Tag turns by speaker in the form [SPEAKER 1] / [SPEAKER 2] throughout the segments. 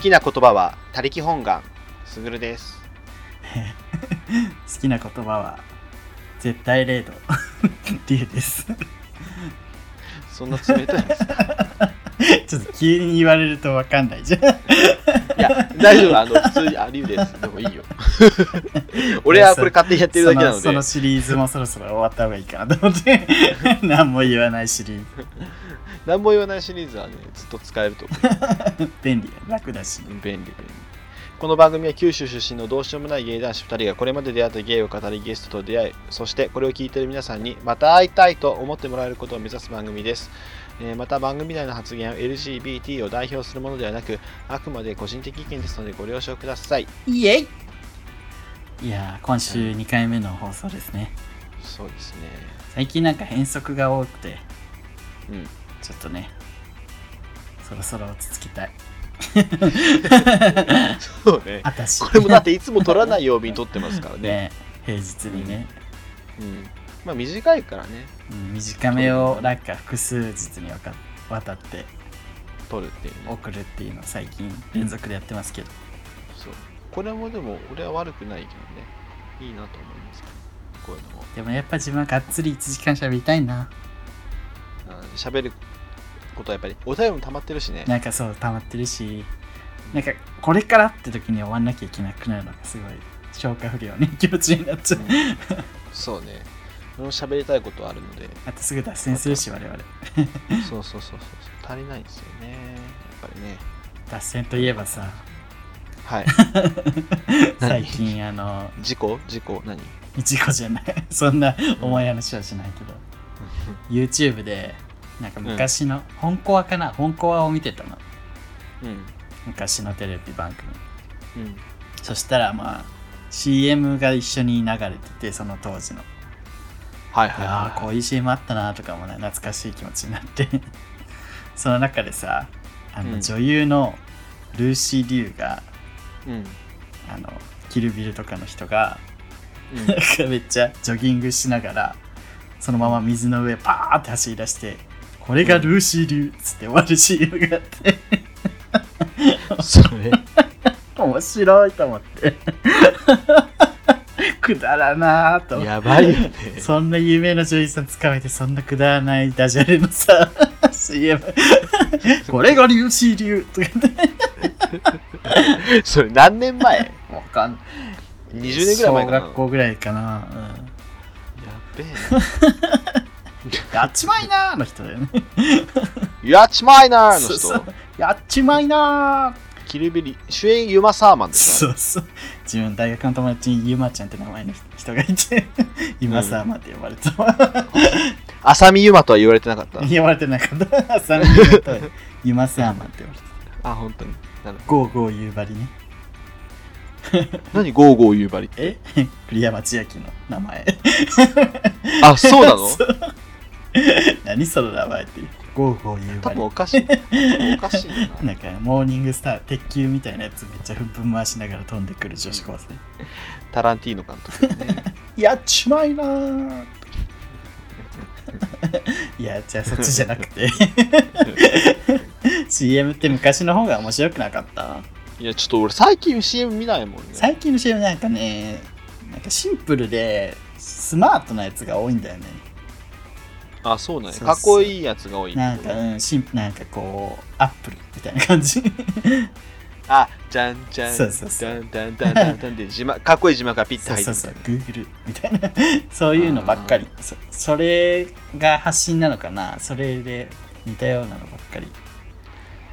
[SPEAKER 1] きな言葉は、他力本願、すぐるです。
[SPEAKER 2] 好きな言葉は絶対零 度リュウです
[SPEAKER 1] そんな冷たいんですか
[SPEAKER 2] ちょっと急に言われるとわかんないじゃん
[SPEAKER 1] いや、大丈夫、あの、普通に、あ、リュウです。でもいい よ。俺はこれ勝手にやってるだけなので、
[SPEAKER 2] そのそのシリーズもそろそろ終わった方がいいかなと思って 何も言わないシリー
[SPEAKER 1] 何も言わないシリーズはね、ずっと使えると思
[SPEAKER 2] ズ便利楽だし
[SPEAKER 1] う。便利、便利。この番組は九州出身のどうしようもない芸男子2人がこれまで出会った芸を語りゲストと出会い、そしてこれを聞いている皆さんにまた会いたいと思ってもらえることを目指す番組です。えーまた番組内の発言は LGBT を代表するものではなく、あくまで個人的意見ですのでご了承ください。
[SPEAKER 2] イエイいやー今週2回目の放送ですね
[SPEAKER 1] そうですね。
[SPEAKER 2] 最近なんか変則が多くて
[SPEAKER 1] うん。
[SPEAKER 2] ちょっとねそろそろ落ち着きたい
[SPEAKER 1] そうね。
[SPEAKER 2] 私
[SPEAKER 1] これもだっていつも取らない曜日に撮ってますからね。
[SPEAKER 2] ね平日にね、
[SPEAKER 1] うん、まあ短いからね、
[SPEAKER 2] うん短めをなんか複数日にわか わたって
[SPEAKER 1] 撮るっていうね。
[SPEAKER 2] 送るっていうのを最近連続でやってますけど
[SPEAKER 1] そう。これもでも俺は悪くないけどね、いいなと思いますけど、こういうのも。
[SPEAKER 2] でもやっぱ自分はがっつり1時間しゃべりたいな
[SPEAKER 1] あ喋ることはやっぱり、お便りも溜まってるしね。
[SPEAKER 2] なんかそう溜まってるしなんかこれからって時に終わんなきゃいけなくなるのがすごい消化不良ね気持ちになっちゃう
[SPEAKER 1] そうね。俺も喋りたいことあるので、
[SPEAKER 2] あとすぐ脱線するし我々
[SPEAKER 1] そうそうそうそうそう、足りないんですよね。やっぱりね。
[SPEAKER 2] 脱線といえばさ
[SPEAKER 1] はい。何
[SPEAKER 2] 最近あの
[SPEAKER 1] 事故事故 何
[SPEAKER 2] いちごじゃない そんな重い話はしないけど YouTube でなんか昔の、本コアかな本コアを見てたの
[SPEAKER 1] うん。
[SPEAKER 2] 昔のテレビ番組
[SPEAKER 1] うん。
[SPEAKER 2] そしたらまあ CM が一緒に流れててその当時の
[SPEAKER 1] はいはいはい
[SPEAKER 2] ああこういう CM あったなとかもね懐かしい気持ちになって その中でさあ
[SPEAKER 1] う
[SPEAKER 2] の
[SPEAKER 1] ん
[SPEAKER 2] 女優のルーシー・リュウが、
[SPEAKER 1] うん。
[SPEAKER 2] あのキルビルとかの人が
[SPEAKER 1] うん
[SPEAKER 2] なんかめっちゃジョギングしながらそのまま水の上パーって走り出してこれがルーシー・リュウっつって終わる CM があって
[SPEAKER 1] それ
[SPEAKER 2] 面白いと思って くだらなーと思って
[SPEAKER 1] やばいよね
[SPEAKER 2] そんな有名な女優さん使われてそんなくだらないダジャレのさ CM これが流星流とかね
[SPEAKER 1] それ何年前
[SPEAKER 2] わかん
[SPEAKER 1] 20年ぐらい前かな
[SPEAKER 2] 小学校ぐらいかな、うん、
[SPEAKER 1] やっべえ
[SPEAKER 2] やっちまいなーの人だよね
[SPEAKER 1] やっちまいなーの
[SPEAKER 2] そう
[SPEAKER 1] 人
[SPEAKER 2] そうやっちまいなー
[SPEAKER 1] キルビリ主演ユマ・サーマンでしょ
[SPEAKER 2] そうそう自分大学の友達にゆまちゃんって名前の人がいて今さまで呼ばれてた、
[SPEAKER 1] 浅見ユマとは言われてなかった
[SPEAKER 2] 呼ばれてなかったさみゆまとゆまさまって呼ばれてた
[SPEAKER 1] あ本当になる
[SPEAKER 2] ゴーゴー夕張ね
[SPEAKER 1] 何ゴーゴー夕張
[SPEAKER 2] え 栗山千明の名前
[SPEAKER 1] あそうなの
[SPEAKER 2] そう 何その名前ってゴーゴー言う
[SPEAKER 1] 多
[SPEAKER 2] ばり
[SPEAKER 1] 分おかしい多分おかしいよな
[SPEAKER 2] なんかモーニングスター鉄球みたいなやつめっちゃぶん回しながら飛んでくる女子高生
[SPEAKER 1] タランティーノ監督 ね
[SPEAKER 2] やっちまいなー いやじゃあそっちじゃなくて CM って昔の方が面白くなかった
[SPEAKER 1] いやちょっと俺最近 CM 見ないもんね
[SPEAKER 2] 最近の CM なんかねなんかシンプルでスマートなやつが多いんだよね
[SPEAKER 1] あそうなんや
[SPEAKER 2] そう
[SPEAKER 1] かっこいいやつが多い
[SPEAKER 2] なんか、うん、シンなんかこうアップルみたいな感じ
[SPEAKER 1] あじゃんじゃん
[SPEAKER 2] そうそうそう
[SPEAKER 1] ダンダンダンダンダンで字幕かっこいい字幕がピッて
[SPEAKER 2] そう
[SPEAKER 1] 入って
[SPEAKER 2] そう
[SPEAKER 1] る
[SPEAKER 2] そう、Google みたいな、そういうのばっかり。そそれが発信なのかな、それで似たようなのばっかり。
[SPEAKER 1] っ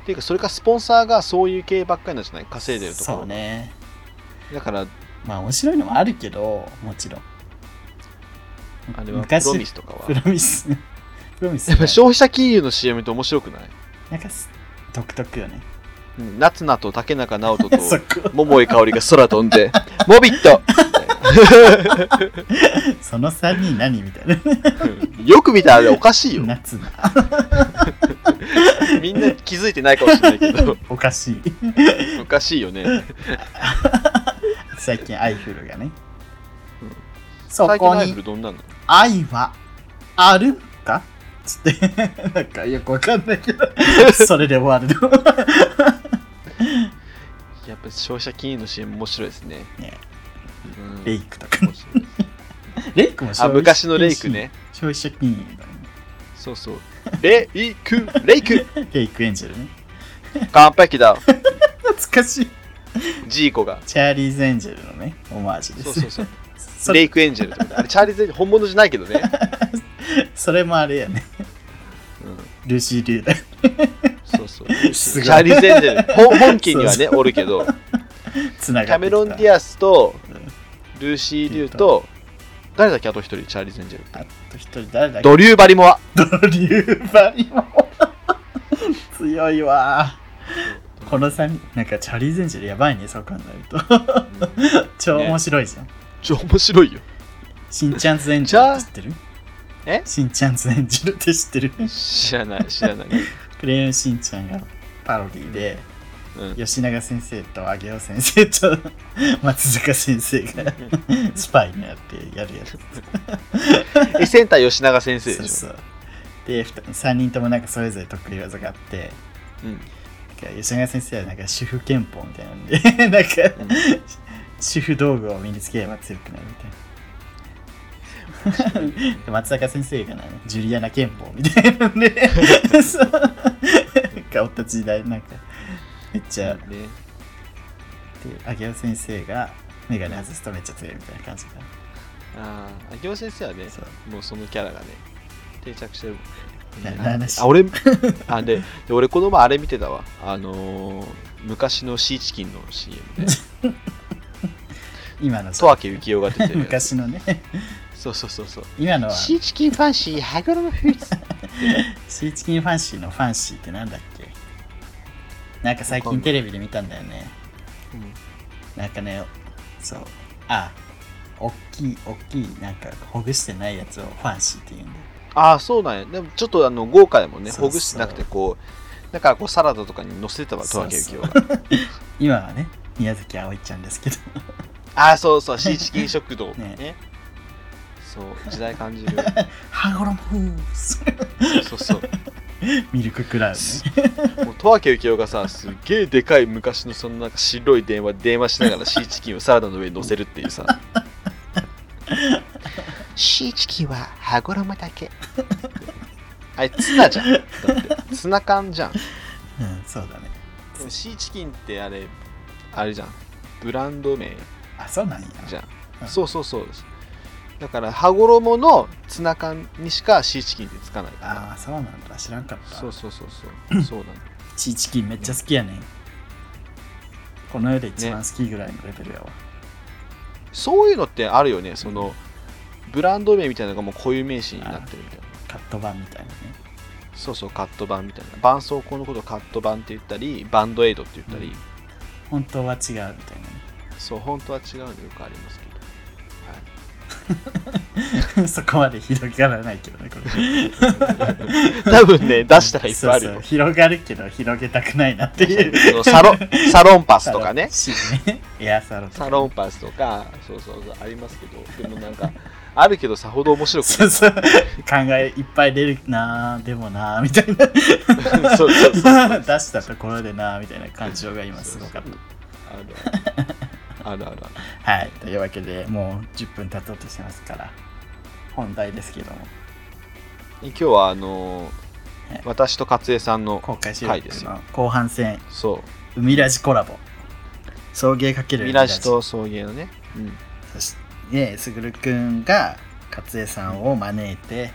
[SPEAKER 1] ていうかそれかスポンサーがそういう系ばっかりなんじゃない稼いでるところ
[SPEAKER 2] そうね。
[SPEAKER 1] だから
[SPEAKER 2] まあ面白いのもあるけど、もちろん。
[SPEAKER 1] あれはプ
[SPEAKER 2] 昔
[SPEAKER 1] ロミスとかは
[SPEAKER 2] プロミス。 プロミス
[SPEAKER 1] やっぱ
[SPEAKER 2] ね。
[SPEAKER 1] 消費者金融の CM って面白くない、
[SPEAKER 2] なんかす独特よね。
[SPEAKER 1] うん、夏菜と竹中直 人と
[SPEAKER 2] そこ、
[SPEAKER 1] 桃井かおりが空飛んで「モビット!
[SPEAKER 2] その3人何みたいな。
[SPEAKER 1] うん」よく見たらあれおかしいよ
[SPEAKER 2] 夏な。
[SPEAKER 1] みんな気づいてないかもしれないけ ど
[SPEAKER 2] おかしい。
[SPEAKER 1] おかしいよね
[SPEAKER 2] 最近アイフルがね
[SPEAKER 1] うん。
[SPEAKER 2] そ
[SPEAKER 1] 最近
[SPEAKER 2] こ
[SPEAKER 1] ライ
[SPEAKER 2] に
[SPEAKER 1] ブどんなの
[SPEAKER 2] 愛はあるか つ って、なんかよくわかんないけど、それで終わるの。
[SPEAKER 1] やっぱり消費者金融の CM 面白いですね。
[SPEAKER 2] ね
[SPEAKER 1] うん
[SPEAKER 2] レイクとか
[SPEAKER 1] 面 白いです
[SPEAKER 2] レイクも消
[SPEAKER 1] あ、
[SPEAKER 2] 費者
[SPEAKER 1] 昔のレイクね。
[SPEAKER 2] 消費者金融だも
[SPEAKER 1] そうそう。レイク、レイク、
[SPEAKER 2] んねレイクエンジェルね
[SPEAKER 1] 完璧だ。
[SPEAKER 2] 懐かしい
[SPEAKER 1] ジーコが。
[SPEAKER 2] チャーリーズエンジェルのねオマージュです
[SPEAKER 1] そうそうそう。
[SPEAKER 2] そ
[SPEAKER 1] レ
[SPEAKER 2] れ
[SPEAKER 1] イクエンジェルとかねあれチャーリーズエンジェル本物じゃないけどね。
[SPEAKER 2] それもあれやね
[SPEAKER 1] うん
[SPEAKER 2] ルーシー・リューだ
[SPEAKER 1] そうそう。
[SPEAKER 2] す
[SPEAKER 1] チ
[SPEAKER 2] ごい
[SPEAKER 1] ャーリーズエンジ ェル。本本家にはね、おるけど。
[SPEAKER 2] つな
[SPEAKER 1] キ
[SPEAKER 2] が
[SPEAKER 1] ャ
[SPEAKER 2] って
[SPEAKER 1] メ
[SPEAKER 2] きた
[SPEAKER 1] ロン・ディアスと
[SPEAKER 2] うん
[SPEAKER 1] ルーシー・リュウと、誰だっけあと一人、チャーリーズエンジェル。
[SPEAKER 2] あと一人誰だっけ
[SPEAKER 1] ドリュー・バリモア。
[SPEAKER 2] ドリューバリも強いわこの3人なんかチャーリーズエンジェルやばいねそう考えると超面白いじゃん、
[SPEAKER 1] ちょ、面白いよ。
[SPEAKER 2] しんちゃんズエンジェルって知ってる
[SPEAKER 1] え
[SPEAKER 2] しんちゃんズエンジェルって知ってる
[SPEAKER 1] 知らない、知らない。
[SPEAKER 2] クレヨンしんちゃんがパロディで
[SPEAKER 1] うん
[SPEAKER 2] 吉永先生とあげお先生と松坂先生がスパイになってやるやつ
[SPEAKER 1] え、センター吉永先生
[SPEAKER 2] そ
[SPEAKER 1] で
[SPEAKER 2] う
[SPEAKER 1] しょ。
[SPEAKER 2] そうで3人ともなんかそれぞれ得意技があって
[SPEAKER 1] うん
[SPEAKER 2] なんか吉永先生はなんか主婦憲法みたいなんで なんか、
[SPEAKER 1] うん
[SPEAKER 2] 主婦道具を身につければ強くなるみたいなで松坂先生がなんかジュリアナ憲法みたいなんで そうがおった時代なんかめっちゃで
[SPEAKER 1] ね
[SPEAKER 2] 秋葉先生が眼鏡外すとめっちゃ強いみたいな感じかな
[SPEAKER 1] ああ、秋葉先生はね、
[SPEAKER 2] そう
[SPEAKER 1] もうそのキャラがね、定着してるもんね。
[SPEAKER 2] なな話
[SPEAKER 1] あ、俺、あ、で、で俺この前あれ見てたわ。あのー、昔のシーチキンの CM で、
[SPEAKER 2] 今の
[SPEAKER 1] 十秋幸男が出てるやつ。
[SPEAKER 2] 昔のね
[SPEAKER 1] そうそうそうそう。
[SPEAKER 2] 今のはシ
[SPEAKER 1] シーチキンファンシー、ハグロムフーツ。
[SPEAKER 2] ーチキンファンシーのファンシーってなんだっけなんか最
[SPEAKER 1] わかんな
[SPEAKER 2] 近
[SPEAKER 1] い
[SPEAKER 2] テレビで見たんだよねなんかね、そう、あ、おっきい、おっきい、なんかほぐしてないやつをファンシーって言うんだよ。
[SPEAKER 1] ああ、そうなんや。でもちょっとあの豪華でもんね、
[SPEAKER 2] そうそう
[SPEAKER 1] ほぐしてなくて、こう、なんかこうサラダとかに乗せてたわ、十
[SPEAKER 2] そう
[SPEAKER 1] 秋
[SPEAKER 2] そ
[SPEAKER 1] 幸
[SPEAKER 2] う
[SPEAKER 1] 男が。
[SPEAKER 2] 今はね、宮崎あおいちゃんですけど、
[SPEAKER 1] ああ、そうそう、シーチキン食堂 ね。
[SPEAKER 2] ね
[SPEAKER 1] そう、時代感じる。
[SPEAKER 2] ハゴロムフース
[SPEAKER 1] そうそう。
[SPEAKER 2] ミルククラウンね。
[SPEAKER 1] もう十明幸雄がさすっげえでかい昔のそのなんか白い電話で電話しながらシーチキンをサラダの上に乗せるっていうさシーチキンは羽衣だけあれツナじゃんだってツナ缶じゃんで
[SPEAKER 2] うん、そうだね。
[SPEAKER 1] もシーチキンってあれあれじゃんブランド名
[SPEAKER 2] あ、そうなんや。
[SPEAKER 1] じゃん、
[SPEAKER 2] うん
[SPEAKER 1] そうそうそうですだから羽衣のツナ缶にしかシーチキンってつかないから
[SPEAKER 2] ああ、そうなんだ。知らんかった。
[SPEAKER 1] そうそうそうそうそうなの
[SPEAKER 2] チーチキンめっちゃ好きやねん。この世で一番好きぐらいのレベルやわ。
[SPEAKER 1] そういうのってあるよね、そのブランド名みたいなのがもう固有名詞になってるみたいな。
[SPEAKER 2] カット版みたいなね。
[SPEAKER 1] そうそう、カット版みたいな。絆創膏のことをカット版って言ったり、バンドエイドって言ったり、
[SPEAKER 2] 本当は違うみたいなね。
[SPEAKER 1] そう、本当は違うのよくありますけど。
[SPEAKER 2] そこまで広がらないけどね、これ。
[SPEAKER 1] 多分ね、出したらいっぱいある
[SPEAKER 2] そうそう
[SPEAKER 1] よ。
[SPEAKER 2] 広がるけど広げたくないなってい う
[SPEAKER 1] そのサロサロンパスとかね。
[SPEAKER 2] シーンねエアサロとか
[SPEAKER 1] サロンパスとか、そうそうそう、ありますけど、でもなんか、あるけどさほど面白くない。
[SPEAKER 2] そうそう考えいっぱい出るなぁでもなぁみたいな
[SPEAKER 1] そうそうそう。
[SPEAKER 2] 出したところでなぁみたいな感情が今すごかった
[SPEAKER 1] あるある。あるあるある。
[SPEAKER 2] はいというわけでもう10分経とうとしてますから本題ですけども
[SPEAKER 1] 今日は、あの
[SPEAKER 2] ね
[SPEAKER 1] 私と勝江さんの、
[SPEAKER 2] 公開収
[SPEAKER 1] はい
[SPEAKER 2] 録
[SPEAKER 1] ですよ
[SPEAKER 2] の後半戦
[SPEAKER 1] そう、
[SPEAKER 2] 海ラジコラボ送迎かける
[SPEAKER 1] ミラジと送迎のね、うん、
[SPEAKER 2] そしてすぐるくんが勝江さんを招いて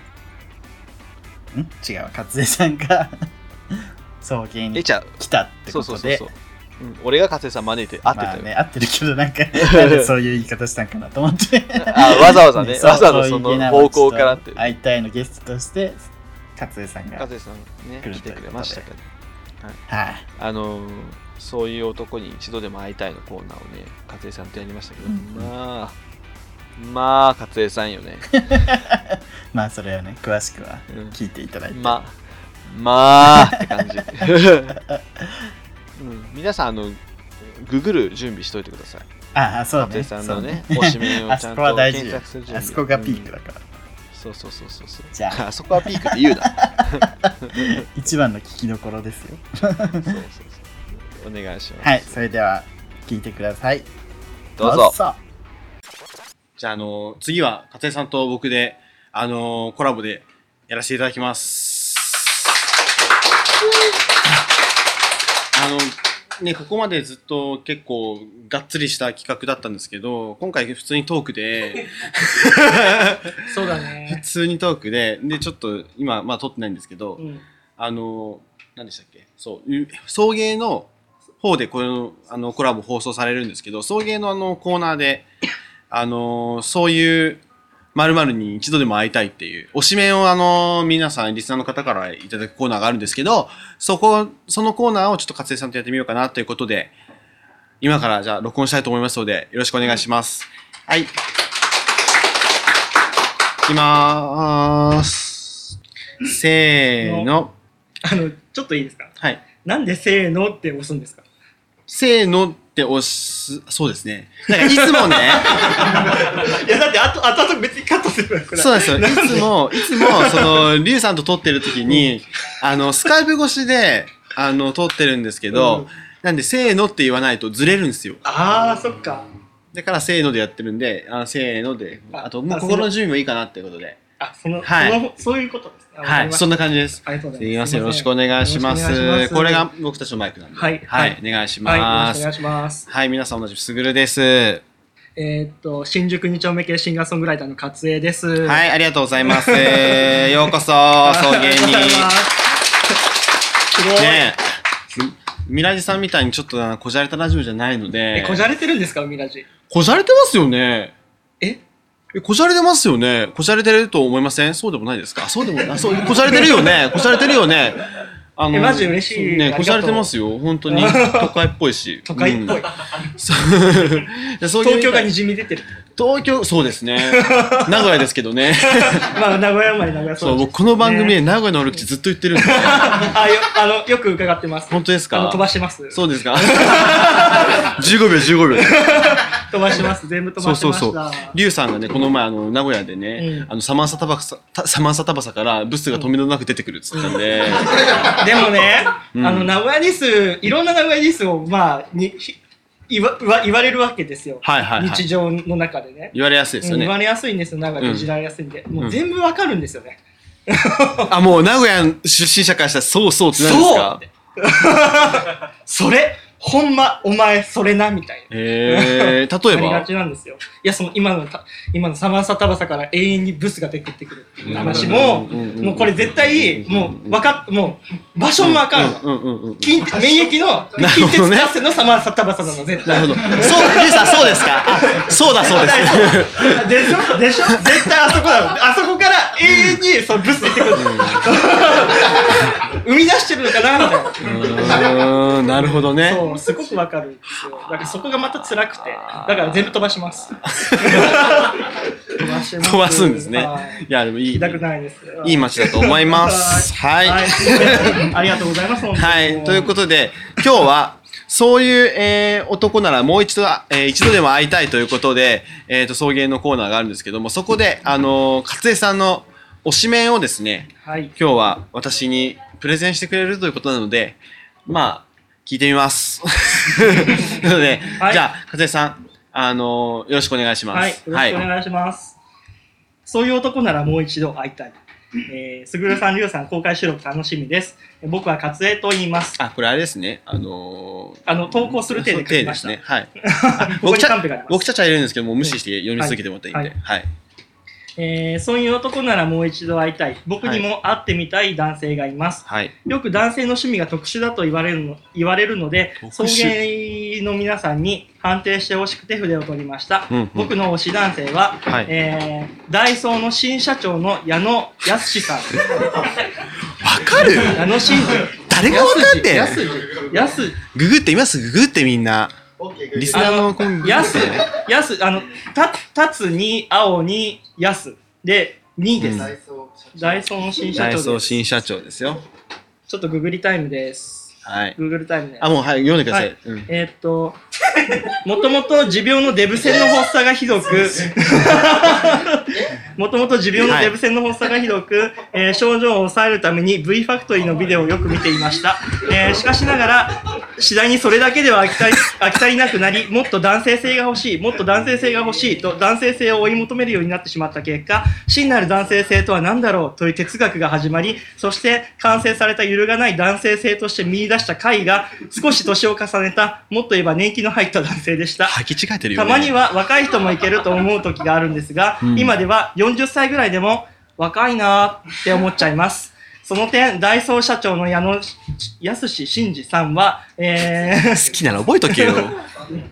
[SPEAKER 2] ん違うわ勝江さんが 送迎
[SPEAKER 1] え
[SPEAKER 2] に
[SPEAKER 1] ちゃう
[SPEAKER 2] 来たって
[SPEAKER 1] そ
[SPEAKER 2] こ
[SPEAKER 1] うそう
[SPEAKER 2] と
[SPEAKER 1] そう
[SPEAKER 2] で
[SPEAKER 1] そう、うん、俺が勝江さん招いて会って
[SPEAKER 2] ま
[SPEAKER 1] た
[SPEAKER 2] あ
[SPEAKER 1] よ、
[SPEAKER 2] ね合ってるけどな んかなんでそういう言い方したんかなと思って
[SPEAKER 1] あ わざわざね
[SPEAKER 2] そう
[SPEAKER 1] わざわざその方向からって
[SPEAKER 2] そういう芸能人と会いたいのゲストとして勝江さんがはい
[SPEAKER 1] 勝江さんね
[SPEAKER 2] 来る
[SPEAKER 1] 来てくれましたけどあのーそういう男に一度でも会いたいのコーナーをね勝江さんとやりましたけど、
[SPEAKER 2] うん
[SPEAKER 1] まあまあ勝江さんよ ね、
[SPEAKER 2] まあそれをね詳しくは
[SPEAKER 1] うん
[SPEAKER 2] 聞いていただいて、
[SPEAKER 1] ままあって 感じ、うん、皆さんあのググる準備しといてください
[SPEAKER 2] ああそう
[SPEAKER 1] 勝江
[SPEAKER 2] ね
[SPEAKER 1] さんのね
[SPEAKER 2] そう
[SPEAKER 1] 推しメンを
[SPEAKER 2] あ
[SPEAKER 1] ちゃ
[SPEAKER 2] そ
[SPEAKER 1] ん
[SPEAKER 2] こは
[SPEAKER 1] と
[SPEAKER 2] 大
[SPEAKER 1] 検
[SPEAKER 2] 事よ
[SPEAKER 1] 索する準備
[SPEAKER 2] あそこがピークだから、
[SPEAKER 1] そうそうそうそうそう
[SPEAKER 2] じゃあ
[SPEAKER 1] あそこはピークって 言うな
[SPEAKER 2] 一番の聞きどころですよ
[SPEAKER 1] そうそうそう。お願いします。
[SPEAKER 2] はい、それでは聞いてください。
[SPEAKER 1] どうぞ。
[SPEAKER 2] ぞ
[SPEAKER 1] じゃあ、あの、次は、かつえさんと僕で、あの、コラボでやらせていただきます。あの、ね、ここまでずっと結構がっつりした企画だったんですけど、今回普通にトークで、
[SPEAKER 3] そうだ
[SPEAKER 1] 普
[SPEAKER 3] ね。
[SPEAKER 1] 通にトークで、で、ちょっと今、まあ撮ってないんですけど、
[SPEAKER 3] うん。
[SPEAKER 1] あの、何でしたっけそう、ゆ送迎の方でこのあのコラボ放送されるんですけど、送迎のあのコーナーで、あの、そういう〇〇に一度でも会いたいっていう、推しメンをあの、皆さん、リスナーの方からいただくコーナーがあるんですけど、そこ、そのコーナーをちょっと勝江さんとやってみようかなということで、今からじゃあ録音したいと思いますので、よろしくお願いします。はい。いきまーす。せーの。
[SPEAKER 3] あの、ちょっといいですか
[SPEAKER 1] はい。
[SPEAKER 3] なんでせーのって押すんですか
[SPEAKER 1] せーのって押す、そうですね。なんかいつも ね、
[SPEAKER 3] いや、だって、あと、あと、あと別にカットすればよくない
[SPEAKER 1] そうなんですよ。いつも、いつも、その、リュウさんと撮ってる時に、あの、スカイプ越しで、あの、撮ってるんですけど、
[SPEAKER 3] うん
[SPEAKER 1] なんで、せーのって言わないとずれるんですよ。
[SPEAKER 3] ああ、そっか。
[SPEAKER 1] だから、せーのでやってるんで、あせーので、
[SPEAKER 3] あ
[SPEAKER 1] あと、もう
[SPEAKER 3] あ
[SPEAKER 1] 心の準備もいいかなっていうことで。
[SPEAKER 3] あ、その、
[SPEAKER 1] はい
[SPEAKER 3] その、そういうことですね。あわか
[SPEAKER 1] は
[SPEAKER 3] り
[SPEAKER 1] い、
[SPEAKER 3] まし
[SPEAKER 1] そんな感じです。
[SPEAKER 3] たありがとうご
[SPEAKER 1] す
[SPEAKER 3] ざい
[SPEAKER 1] み
[SPEAKER 3] ま。
[SPEAKER 1] ますせん、よろしくお願いします。
[SPEAKER 3] よろしくお願いします
[SPEAKER 1] これが僕たちのマイクなんで。
[SPEAKER 3] はい
[SPEAKER 1] は
[SPEAKER 3] はい
[SPEAKER 1] い、お願いし
[SPEAKER 3] はい、よろ
[SPEAKER 1] ま
[SPEAKER 3] しくお
[SPEAKER 1] す。
[SPEAKER 3] 願いします。
[SPEAKER 1] はい、皆さん同じくすぐるです。
[SPEAKER 3] えーっと、新宿二丁目系シンガーソングライターの勝江です。
[SPEAKER 1] はい、ありがとうござい ます。ようこそ、送
[SPEAKER 3] あり
[SPEAKER 1] 迎
[SPEAKER 3] がとうございま
[SPEAKER 1] に。
[SPEAKER 3] すすごい。
[SPEAKER 1] ねえ、みらじさんみたいにちょっとあのこじゃれたラジオじゃないの
[SPEAKER 3] え、
[SPEAKER 1] で。
[SPEAKER 3] こじゃれてるんですか、海ラジ。
[SPEAKER 1] こじゃれてますよね。
[SPEAKER 3] え
[SPEAKER 1] え、こじゃれてますよね。こじゃれてると思いませんそうでもないですかあそうでもあそう、こじゃれてるよね。こじゃれてるよね。あ
[SPEAKER 3] えマジ嬉しい
[SPEAKER 1] ね、
[SPEAKER 3] ありがとう
[SPEAKER 1] こじゃれてますよ。本 当に。都会っぽいし。
[SPEAKER 3] 都会っぽい。
[SPEAKER 1] うんそう でそういう
[SPEAKER 3] 東京がにじみ出てる。
[SPEAKER 1] 東京、そうです ね。名古屋ですけどね。
[SPEAKER 3] まあ、名古屋生まれ、名古屋
[SPEAKER 1] そう、
[SPEAKER 3] 育ち
[SPEAKER 1] 僕この番組
[SPEAKER 3] ね
[SPEAKER 1] で名古屋の悪口ずっと言ってるんで。
[SPEAKER 3] あ、よ、あの、よく伺ってます。
[SPEAKER 1] 本当です
[SPEAKER 3] あ
[SPEAKER 1] か
[SPEAKER 3] の飛ばしてます。
[SPEAKER 1] そうですか ?15 秒、15秒。
[SPEAKER 3] 飛ばしてます。全部飛
[SPEAKER 1] そ
[SPEAKER 3] ば
[SPEAKER 1] う
[SPEAKER 3] して
[SPEAKER 1] そう
[SPEAKER 3] ました。
[SPEAKER 1] そう。リュウさんがね、この前、あの、名古屋でね、
[SPEAKER 3] うん
[SPEAKER 1] あの、サマンサタバサ、たサマンサタバサからブスがとめどなく出てくるっつったんで、
[SPEAKER 3] でもね、
[SPEAKER 1] うん
[SPEAKER 3] あの、名古屋ディス、いろんな名古屋ディスを、まあ、に、ひ言わ、言わ言われるわけですよ。
[SPEAKER 1] はいはいは
[SPEAKER 3] 日
[SPEAKER 1] い。
[SPEAKER 3] 常の中でね。
[SPEAKER 1] 言われやすいですよ
[SPEAKER 3] 言わ
[SPEAKER 1] ね。
[SPEAKER 3] れやすいんですよ、名古屋
[SPEAKER 1] うん
[SPEAKER 3] で知られやすいんで。も
[SPEAKER 1] う
[SPEAKER 3] うん全部わかるんですよね。
[SPEAKER 1] あ、もう名古屋出身者からしたら、そうそうってなるんです
[SPEAKER 3] そうっ
[SPEAKER 1] か
[SPEAKER 3] てそれ、ほんま、お前、それな、みたいな。
[SPEAKER 1] えー、例
[SPEAKER 3] あり
[SPEAKER 1] え
[SPEAKER 3] が
[SPEAKER 1] ば
[SPEAKER 3] ちなんですよ。いや、その今のた、今のサマンサタバサから永遠にブスが出てってくるっていう話も、
[SPEAKER 1] うんうんうんうん
[SPEAKER 3] もうこれ絶対、もう、わかっ、もう、場所もわかるわ。
[SPEAKER 1] うんうんうんうん。
[SPEAKER 3] 近免疫の、
[SPEAKER 1] なる
[SPEAKER 3] 近
[SPEAKER 1] ほどね
[SPEAKER 3] 鉄合戦のサマンサタバサなの、絶
[SPEAKER 1] な
[SPEAKER 3] 対。
[SPEAKER 1] るほど。そう、リュウさん、そうですかあそうだそうです。
[SPEAKER 3] でしょでしょ絶対あそこだろ。あそこから永遠に、そのブス出て くる。生み出してるのかな、みたいうな。
[SPEAKER 1] ーん、なるほどね。
[SPEAKER 3] そう、すごくわかるんですよ。だからそこがまた辛くて。だから全部飛ばします。飛ばしま す。
[SPEAKER 1] 飛ばすんですね
[SPEAKER 3] はい。
[SPEAKER 1] いや、でもい
[SPEAKER 3] 行
[SPEAKER 1] い
[SPEAKER 3] きた。くないです。
[SPEAKER 1] いい街だと思います。はい。
[SPEAKER 3] はい。ありがとうございます。
[SPEAKER 1] はい。ということとで、今日は、そういう、えー男ならもう一度、えー一度でも会いたいということで、えっ、と、送迎のコーナーがあるんですけども、そこで、あのー、勝江さんの推しメンをですね、
[SPEAKER 3] はい。
[SPEAKER 1] 今日は私にプレゼンしてくれるということなので、まあ、聞いてみ ます。なので、
[SPEAKER 3] はい
[SPEAKER 1] じゃあ、勝江さん、あのーよろしくお願いしま
[SPEAKER 3] はい。よ
[SPEAKER 1] す。
[SPEAKER 3] ろしくお願いします。そういう男ならもう一度会いたい。えー、すぐるさん、りゅうさん、公開収録楽しみです。僕は勝江と言います。
[SPEAKER 1] あ、これあれですね。あのー
[SPEAKER 3] あの、投稿する手で書きまし
[SPEAKER 1] そう
[SPEAKER 3] た。
[SPEAKER 1] 手ですね。はい。あ
[SPEAKER 3] ここ
[SPEAKER 1] 僕
[SPEAKER 3] に
[SPEAKER 1] ち
[SPEAKER 3] カン
[SPEAKER 1] ゃ
[SPEAKER 3] ペがあります。
[SPEAKER 1] 僕ちゃちゃ入れるんですけども、無視して読み続けてもらっていいんで。はい。
[SPEAKER 3] えーそういう男ならもう一度会いたい。僕にも会ってみたい男性がいます。
[SPEAKER 1] はい。
[SPEAKER 3] よく男性の趣味が特殊だと言われるの言われるので、
[SPEAKER 1] 特
[SPEAKER 3] 送
[SPEAKER 1] 殊
[SPEAKER 3] 迎の皆さんに判定してほしくて筆を取りました。
[SPEAKER 1] うんうん
[SPEAKER 3] 僕の推し男性は、
[SPEAKER 1] はい
[SPEAKER 3] えーダイソーの新社長の矢野康さん。
[SPEAKER 1] わかる
[SPEAKER 3] 矢野真司。
[SPEAKER 1] 誰がわかんね
[SPEAKER 3] 安
[SPEAKER 1] え
[SPEAKER 3] い。安い。
[SPEAKER 1] ググって、今すぐググってみんな。リスナーのコンビ。
[SPEAKER 3] やす、やす、あの、た、たつに、青に、やす。で、2です。ダイソーの新社
[SPEAKER 1] ダイ
[SPEAKER 3] 長です
[SPEAKER 1] ソー新社長ですよ。
[SPEAKER 3] ちょっとググりタイムです。
[SPEAKER 1] はい。
[SPEAKER 3] グーグルタイムで。
[SPEAKER 1] あ、もう、はい、読んでください。うん
[SPEAKER 3] えーっと、もともと持病のデブ腺の発作がひどく、 もともと持病のデブ腺の発作がひどく、えー症状を抑えるために V ファクトリーのビデオをよく見ていました。えーしかしながら、次第にそれだけでは飽きたり 飽き足りなくなり、もっと男性性が欲しい、もっと男性性が欲しいと男性性を追い求めるようになってしまった結果、真なる男性性とは何だろうという哲学が始まり、そして完成された揺るがない男性性として見出した回が、少し年を重ねた、もっと言えば年季の入った男性でした。
[SPEAKER 4] 履き違えてるよ、
[SPEAKER 3] た
[SPEAKER 4] ね。
[SPEAKER 3] まには若い人もいけると思う時があるんですが、
[SPEAKER 2] うん
[SPEAKER 3] 今では40歳ぐらいでも若いなーって思っちゃいます。その点、ダイソー社長の矢野安志真二さんは、えー、
[SPEAKER 4] 好きなら覚えとけよ。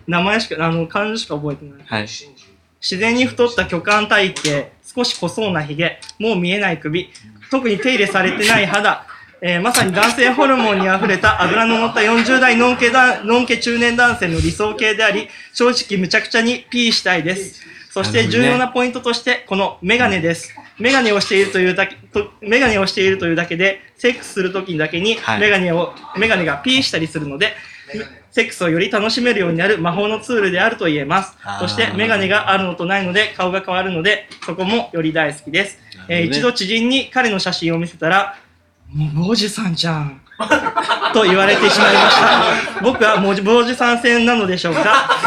[SPEAKER 3] 名前しか、あの、漢字しか覚えてない。
[SPEAKER 4] はい。
[SPEAKER 3] 自然に太った巨漢体型、少し濃そうなひげ、もう見えない首、特に手入れされてない肌、えーまさに男性ホルモンに溢れた脂の乗った40代のんけだのんけ中年男性の理想形であり、正直むちゃくちゃにピーしたいです。そして重要なポイントとして、このメガネです。メガネをしているというだけ、とメガネをしているというだけで、セックスするときだけに
[SPEAKER 4] はい
[SPEAKER 3] メガネを、メガネがピーしたりするので、セックスをより楽しめるようになる魔法のツールであると言えます
[SPEAKER 4] あー。
[SPEAKER 3] そしてメガネがあるのとないので顔が変わるので、そこもより大好きです。えー一度知人に彼の写真を見せたら、もう坊主さんじゃん。と言われてしまいました。僕はもう坊主さん戦なのでしょうか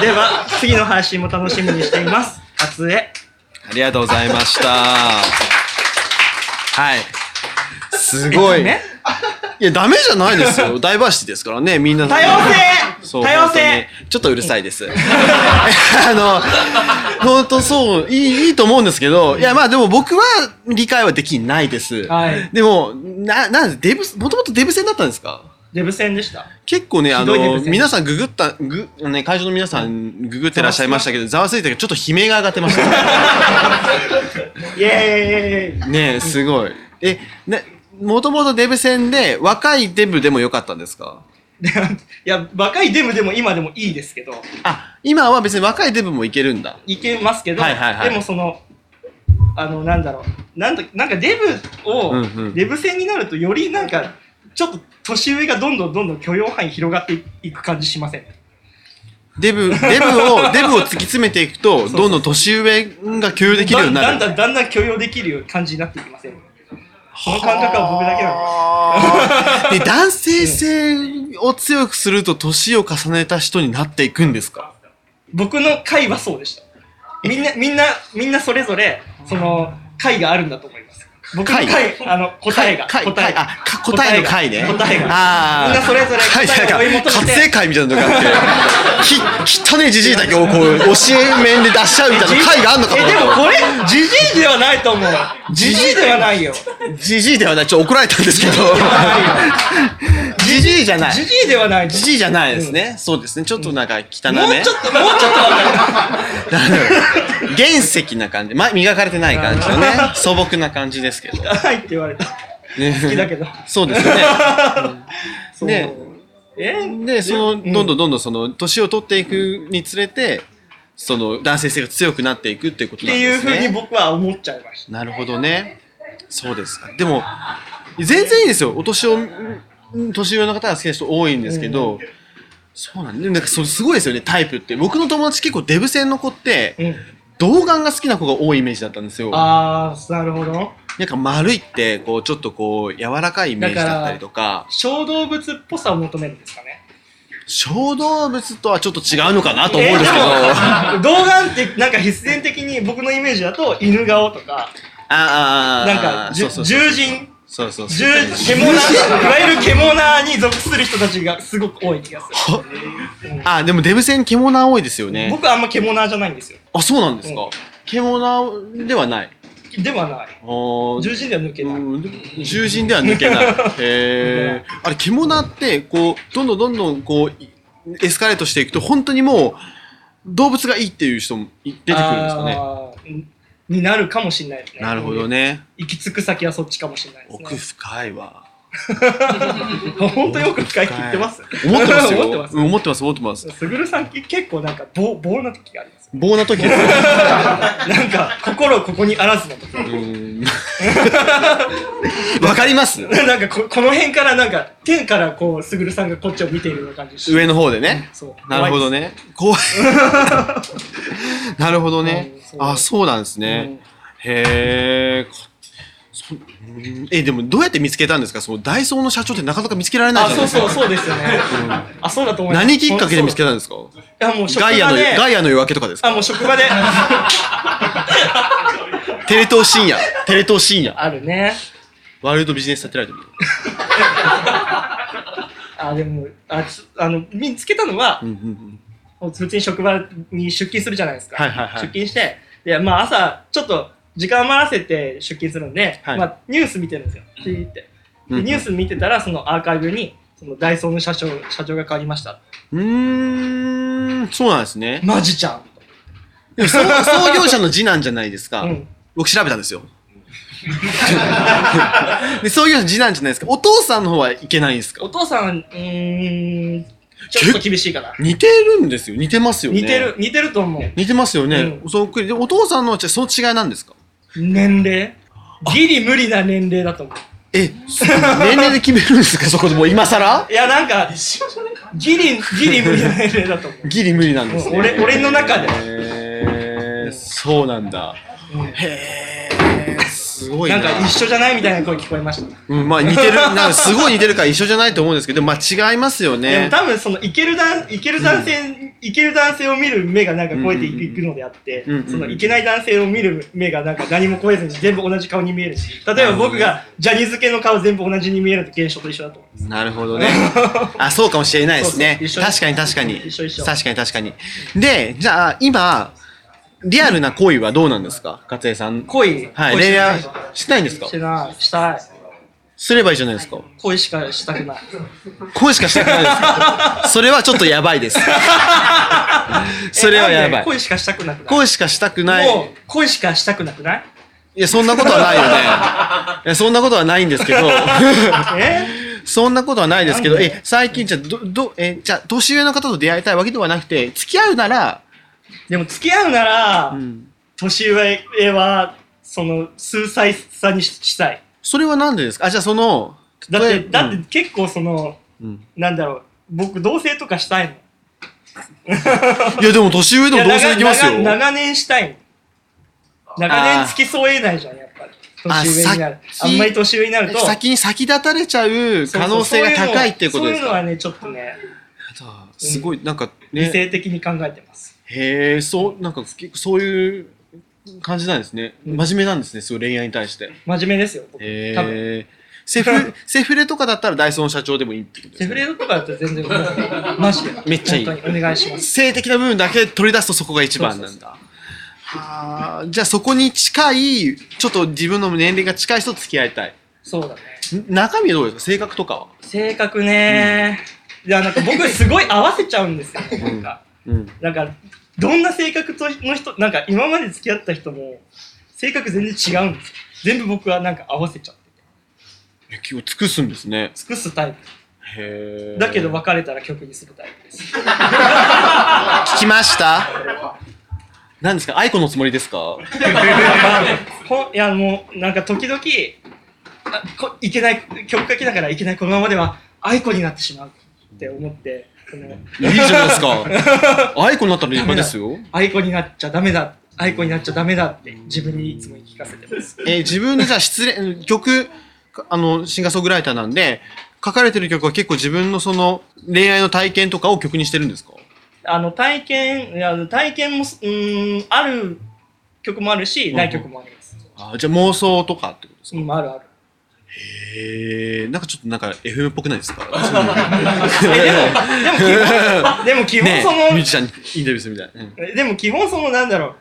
[SPEAKER 3] では、次の配信も楽しみにしています。初江。
[SPEAKER 4] ありがとうございました。はい。すごい。
[SPEAKER 3] えね
[SPEAKER 4] いや、ダメじゃないですよ。ダイバーシティですからね、みんな。
[SPEAKER 3] 多様性
[SPEAKER 4] そう
[SPEAKER 3] 多様
[SPEAKER 4] 本
[SPEAKER 3] 性
[SPEAKER 4] 当にちょっとうるさいです。あの、本当そう、いい、いいと思うんですけど、いや、まあでも僕は理解はできないです。
[SPEAKER 3] はい。
[SPEAKER 4] でも、な、なんで、デブ、もともとデブ戦だったんですか
[SPEAKER 3] デブ戦でした。
[SPEAKER 4] 結構ね、あ
[SPEAKER 3] ひどいデブ
[SPEAKER 4] の、
[SPEAKER 3] 戦
[SPEAKER 4] 皆さんググった、ぐ、ね、会場の皆さんググってらっしゃいましたけど、ざわついたけど、ちょっと悲鳴が上がってま した。
[SPEAKER 3] イエーイ
[SPEAKER 4] ねえ、すごい。え、ね、もともとデブ戦で、若いデブでもよかったんですか
[SPEAKER 3] でいや、若いデブでも今でもいいですけど、
[SPEAKER 4] あ、今は別に若いデブもいけるんだ。
[SPEAKER 3] いけますけど、
[SPEAKER 4] はいはいはい
[SPEAKER 3] でもその、あの、なんだろう。なんだなんかデブを、
[SPEAKER 4] うんうん
[SPEAKER 3] デブ戦になるとよりなんか、ちょっと年上がどんどんどんどん許容範囲広がっていく感じしません。
[SPEAKER 4] デブ、デブを、デブを突き詰めていくと、
[SPEAKER 3] そう
[SPEAKER 4] どんどん年上が許容できるようにな
[SPEAKER 3] だん
[SPEAKER 4] る。
[SPEAKER 3] だんだんだん許容できる感じになっていきません。その感覚は僕だけなのか
[SPEAKER 4] で、男性性を強くすると、年を重ねた人になっていくんですか
[SPEAKER 3] 僕の会はそうでした。みんな、みんな、みんなそれぞれ、その、会があるんだと思います。僕の会、あの、答えが、
[SPEAKER 4] 回
[SPEAKER 3] 答えが。
[SPEAKER 4] あ、か答えの回ね。
[SPEAKER 3] 答えが。
[SPEAKER 4] ああ。
[SPEAKER 3] みんなそれぞれ
[SPEAKER 4] はい、
[SPEAKER 3] 答えを追い
[SPEAKER 4] なん
[SPEAKER 3] 求
[SPEAKER 4] か、
[SPEAKER 3] めて
[SPEAKER 4] 活性会みたいなのがあって、 き、汚ねじじいだけをこう、教え面で出しちゃうみたいな回があるのかと
[SPEAKER 3] え、
[SPEAKER 4] 思っ
[SPEAKER 3] で
[SPEAKER 4] た
[SPEAKER 3] もこれ、ジジイではないと思う。ジジイではないよ。
[SPEAKER 4] じじいではない、ちょっと怒られたんですけど。じじいじゃない。
[SPEAKER 3] ジジイではない。
[SPEAKER 4] じじいじゃないですね。そうですね。ちょっとなんか汚
[SPEAKER 3] もう
[SPEAKER 4] め
[SPEAKER 3] ちょ。っと、もうちょっとわか
[SPEAKER 4] 原石な感じ。ま、磨かれてない感じの ね。素朴な感じですけど。
[SPEAKER 3] る。はいって言われた。好きだ
[SPEAKER 4] ね、
[SPEAKER 3] けど。
[SPEAKER 4] そうですよね。
[SPEAKER 3] そう
[SPEAKER 4] ね
[SPEAKER 3] え
[SPEAKER 4] で、その、
[SPEAKER 3] うん
[SPEAKER 4] どんどんどんどんその、年を取っていくにつれて、その、男性性が強くなっていくっていうこと
[SPEAKER 3] っ
[SPEAKER 4] なん
[SPEAKER 3] て
[SPEAKER 4] で
[SPEAKER 3] いう
[SPEAKER 4] す
[SPEAKER 3] ふう
[SPEAKER 4] ね。
[SPEAKER 3] に僕は思っちゃいまし
[SPEAKER 4] なるほどね。そうですか。でも、全然いいですよ。お年を、うん年上の方が好きな人多いんですけど、そうなんで、なんかそうすごいですよね、タイプって。僕の友達結構デブ戦の子って
[SPEAKER 3] た。、うん。
[SPEAKER 4] 童顔が好きな子が多いイメージだったんですよ。
[SPEAKER 3] あー、なるほど。
[SPEAKER 4] なんか丸いって、こう、ちょっとこう、柔らかいイメージだったりとか、
[SPEAKER 3] 小動物っぽさを求めるんですかね。
[SPEAKER 4] 小動物とはちょっと違うのかなと思うんですけど、
[SPEAKER 3] え
[SPEAKER 4] あ
[SPEAKER 3] ーでも童顔ってなんか必然的に僕のイメージだと犬顔とか、
[SPEAKER 4] あ
[SPEAKER 3] なん
[SPEAKER 4] あ
[SPEAKER 3] か
[SPEAKER 4] あ、
[SPEAKER 3] じゅ
[SPEAKER 4] そうそうそう
[SPEAKER 3] 獣人、
[SPEAKER 4] そうそうそう。
[SPEAKER 3] 獣獣いわゆる獣に属する人たちがすごく多い気がする。
[SPEAKER 4] あ、でもデブ戦獣多いですよね。
[SPEAKER 3] 僕はあんま獣じゃないんですよ。
[SPEAKER 4] あ、そうなんですか。獣ではない。
[SPEAKER 3] ではない。
[SPEAKER 4] おー
[SPEAKER 3] 獣人では抜けない。
[SPEAKER 4] うん獣人では抜 けない。へーあれ、獣って、こう、どんどんどんどん、こうい、エスカレートしていくと、本当にもう、動物がいいっていう人もい出てくるんですかね。
[SPEAKER 3] あーんになるかもしれないですね。
[SPEAKER 4] なるほど。ね。
[SPEAKER 3] 行き着く先はそっちかもしれないですね。
[SPEAKER 4] 奥深いわ。
[SPEAKER 3] 本当に奥深いって言ってます。
[SPEAKER 4] 思ってますよ。
[SPEAKER 3] 思ってます
[SPEAKER 4] うん思ってます、思ってます。
[SPEAKER 3] すぐるさんけ結構なんか棒棒な時があります。
[SPEAKER 4] 棒な時ですよ。
[SPEAKER 3] なんか心をここにあらずの時。
[SPEAKER 4] うんわかります
[SPEAKER 3] なんかこ、この辺からなんか、天からこう、すぐるさんがこっちを見ているような感じです
[SPEAKER 4] 上の方でね。
[SPEAKER 3] そう。
[SPEAKER 4] なるほどね。怖い。 なるほどね
[SPEAKER 3] うんそ。う
[SPEAKER 4] あ、そうなんです
[SPEAKER 3] 怖いです。
[SPEAKER 4] ね。へえ。こそうんえ、でもどうやって見つけたんですかそのダイソーの社長ってなかなか見つけられ
[SPEAKER 3] うん
[SPEAKER 4] ない
[SPEAKER 3] あ、
[SPEAKER 4] じゃない
[SPEAKER 3] そう
[SPEAKER 4] です
[SPEAKER 3] そ
[SPEAKER 4] か。
[SPEAKER 3] う、そうですよね。あ、そうだと思います。
[SPEAKER 4] 何きっかけで見つけ
[SPEAKER 3] た
[SPEAKER 4] たんですか
[SPEAKER 3] いや、もう職場
[SPEAKER 4] ガ
[SPEAKER 3] で。
[SPEAKER 4] イアの、ガイアの夜明けとかです
[SPEAKER 3] あ、
[SPEAKER 4] か
[SPEAKER 3] もう職場で。
[SPEAKER 4] テレ東深夜。テレ東深夜。
[SPEAKER 3] あるね。
[SPEAKER 4] ワールドビジネスサテライト。
[SPEAKER 3] あ、でも、あ、ちょあの、見つけたのは
[SPEAKER 4] うん、うんうん。
[SPEAKER 3] 普通に職場に出勤するじゃないですか。
[SPEAKER 4] はいはいはい
[SPEAKER 3] 出勤して、で、まあ朝、ちょっと時間余らせて出勤するんで、
[SPEAKER 4] はい
[SPEAKER 3] まあニュース見てるんですよ。ピーって。
[SPEAKER 4] うん
[SPEAKER 3] で
[SPEAKER 4] うん
[SPEAKER 3] ニュース見てたら、そのアーカイブに、そのダイソーの社長、社長が変わりました。
[SPEAKER 4] うーん、そうなんですね。
[SPEAKER 3] マジちゃん。
[SPEAKER 4] でも創創業者の次男じゃないですか。
[SPEAKER 3] うん。
[SPEAKER 4] 僕調べたんですよ。 で創業者の次男じゃないですか。お父さんの方はいけないんですか
[SPEAKER 3] お父さん、うーん、ちょっと厳しいかな。
[SPEAKER 4] 似てるんですよ。似てますよね。
[SPEAKER 3] 似てる、似てると思う。
[SPEAKER 4] 似てますよね。
[SPEAKER 3] う
[SPEAKER 4] そっくり。で、お父さんのはじゃあその違いなんですか
[SPEAKER 3] 年齢ギリ無理な年齢だと思う。
[SPEAKER 4] え、そ年齢で決めるんですかそ こでもう今更
[SPEAKER 3] いや、なんか、ギリ、ギリ無理な年齢だと思う。
[SPEAKER 4] ギリ無理なんですね。
[SPEAKER 3] うん俺俺の中で
[SPEAKER 4] へーそうなんだ。へーすごい
[SPEAKER 3] な
[SPEAKER 4] な。
[SPEAKER 3] んか一緒じゃないみたいな声聞こえました。
[SPEAKER 4] うん、まあ似てる、なんかすごい似てるから一緒じゃないと思うんですけど、まあ違いますよ
[SPEAKER 3] でも
[SPEAKER 4] ね。
[SPEAKER 3] 多分そのいける男いける男性、いける男性を見る目がなんか超えていくのであって、
[SPEAKER 4] うんうんうん
[SPEAKER 3] そのいけない男性を見る目がなんか何も超えずに全部同じ顔に見えるし例えば僕がジャニーズ系の顔全部同じに見えるって現象と一緒だと思う
[SPEAKER 4] なるほ どね。あ、そうかもしれないですね。
[SPEAKER 3] そうそう一緒
[SPEAKER 4] 確かに確かに。
[SPEAKER 3] 一緒一緒
[SPEAKER 4] 確かに確かに。で、じゃあ今、リアルな恋はどうなんですか勝江さん。
[SPEAKER 3] 恋
[SPEAKER 4] はい、
[SPEAKER 3] 恋し
[SPEAKER 4] 恋
[SPEAKER 3] か
[SPEAKER 4] 愛してないんですか
[SPEAKER 3] してないしたい
[SPEAKER 4] すればいいじゃないですか。
[SPEAKER 3] 恋しかしたくない
[SPEAKER 4] 恋しかしたくないです かそれはちょっとやばいです。それはや
[SPEAKER 3] えなん
[SPEAKER 4] ば
[SPEAKER 3] で。
[SPEAKER 4] い
[SPEAKER 3] 恋しかしたくなくない
[SPEAKER 4] 恋しかしたくない。
[SPEAKER 3] もう恋しかしたくなくない
[SPEAKER 4] いや、そんなことはないよね。いや、そんなことはないんですけ ど。
[SPEAKER 3] え
[SPEAKER 4] そんなことはないですけど、
[SPEAKER 3] なんで
[SPEAKER 4] え、最近じゃあ、ど、ど、え、じゃあ、年上の方と出会いたいわけではなくて、付き合うなら、
[SPEAKER 3] でも付き合うなら、
[SPEAKER 4] うん。
[SPEAKER 3] 年上はその数歳差にししたい
[SPEAKER 4] それはなんでですかあ、じゃあその、
[SPEAKER 3] だって、
[SPEAKER 4] 例え
[SPEAKER 3] だって、結構その
[SPEAKER 4] うんうん
[SPEAKER 3] なんだろう、僕、同棲とかしたいの。
[SPEAKER 4] いや、でも年上でも同
[SPEAKER 3] いや
[SPEAKER 4] 棲できますよ
[SPEAKER 3] 長。長年したいの。長年付き添えないじゃん、やっぱり。
[SPEAKER 4] あ
[SPEAKER 3] 年上になる。
[SPEAKER 4] さ
[SPEAKER 3] あんまり年上になると。
[SPEAKER 4] 先に先立たれちゃう
[SPEAKER 3] そうそう
[SPEAKER 4] 可能性が高いっていうことです
[SPEAKER 3] そういうの
[SPEAKER 4] か
[SPEAKER 3] はね、ちょっとね、
[SPEAKER 4] あすごい、なんか
[SPEAKER 3] 理
[SPEAKER 4] ね、
[SPEAKER 3] 性的に考えてます。
[SPEAKER 4] へえ、そう、なんか結構そういう感じなんですね。
[SPEAKER 3] うん
[SPEAKER 4] 真面目なんですね、そういう恋愛に対して。
[SPEAKER 3] 真面目ですよ、僕。多分。
[SPEAKER 4] へえ。セフ、セフレ とかだったらダイソーの社長でもいいってことです
[SPEAKER 3] セ
[SPEAKER 4] ね
[SPEAKER 3] フレとかだったら全然、マジで。
[SPEAKER 4] めっちゃいい
[SPEAKER 3] 本当にお願いします。
[SPEAKER 4] 性的な部分だけ取り出すとそこが一番なん
[SPEAKER 3] そうそ
[SPEAKER 4] だ。はあ、じゃあそこに近い、ちょっと自分の年齢が近い人と付き合いたい。
[SPEAKER 3] そうだね。
[SPEAKER 4] ん中身はどうですか性格とかは。
[SPEAKER 3] 性格ね。いや、なんか僕、すごい合わせちゃうんですよ、なんか。
[SPEAKER 4] うん。
[SPEAKER 3] なんか、どんな性格との人、なんか今まで付き合った人も、性格全然違うんですよ。全部僕はなんか合わせちゃってて。
[SPEAKER 4] 結構尽くすんですね。
[SPEAKER 3] 尽くすタイプ。
[SPEAKER 4] へえ。
[SPEAKER 3] だけど別れたら曲にするタイプ です。
[SPEAKER 4] 聞きました何ですか愛子のつもりですか
[SPEAKER 3] ほんいや、もう、なんか時々、あこいけない、曲がきだからいけない、このままでは、愛子になってしまうって思って、その
[SPEAKER 4] いいじゃないです か。愛子になったら立派ですよ。
[SPEAKER 3] 愛子になっちゃダメだ、愛子になっちゃダメだって、自分にいつも言い聞かせてます。
[SPEAKER 4] えー自分でじゃあ失恋、曲、あの、シンガーソングライターなんで、書かれてる曲は結構自分のその恋愛の体験とかを曲にしてるんですか
[SPEAKER 3] あの体験、いや体験もす、うーん、ある曲もあるし、ない曲もあります。
[SPEAKER 4] あじゃあ妄想とかってことですか
[SPEAKER 3] うん、あ るある。
[SPEAKER 4] へえなんかちょっとなんか FM っぽくない ですか
[SPEAKER 3] えでも、 でも基本、でも基本
[SPEAKER 4] ね
[SPEAKER 3] そ
[SPEAKER 4] え、
[SPEAKER 3] の、
[SPEAKER 4] ミュージシャンにインタビューするみたい。うん
[SPEAKER 3] えでも基本その、なんだろ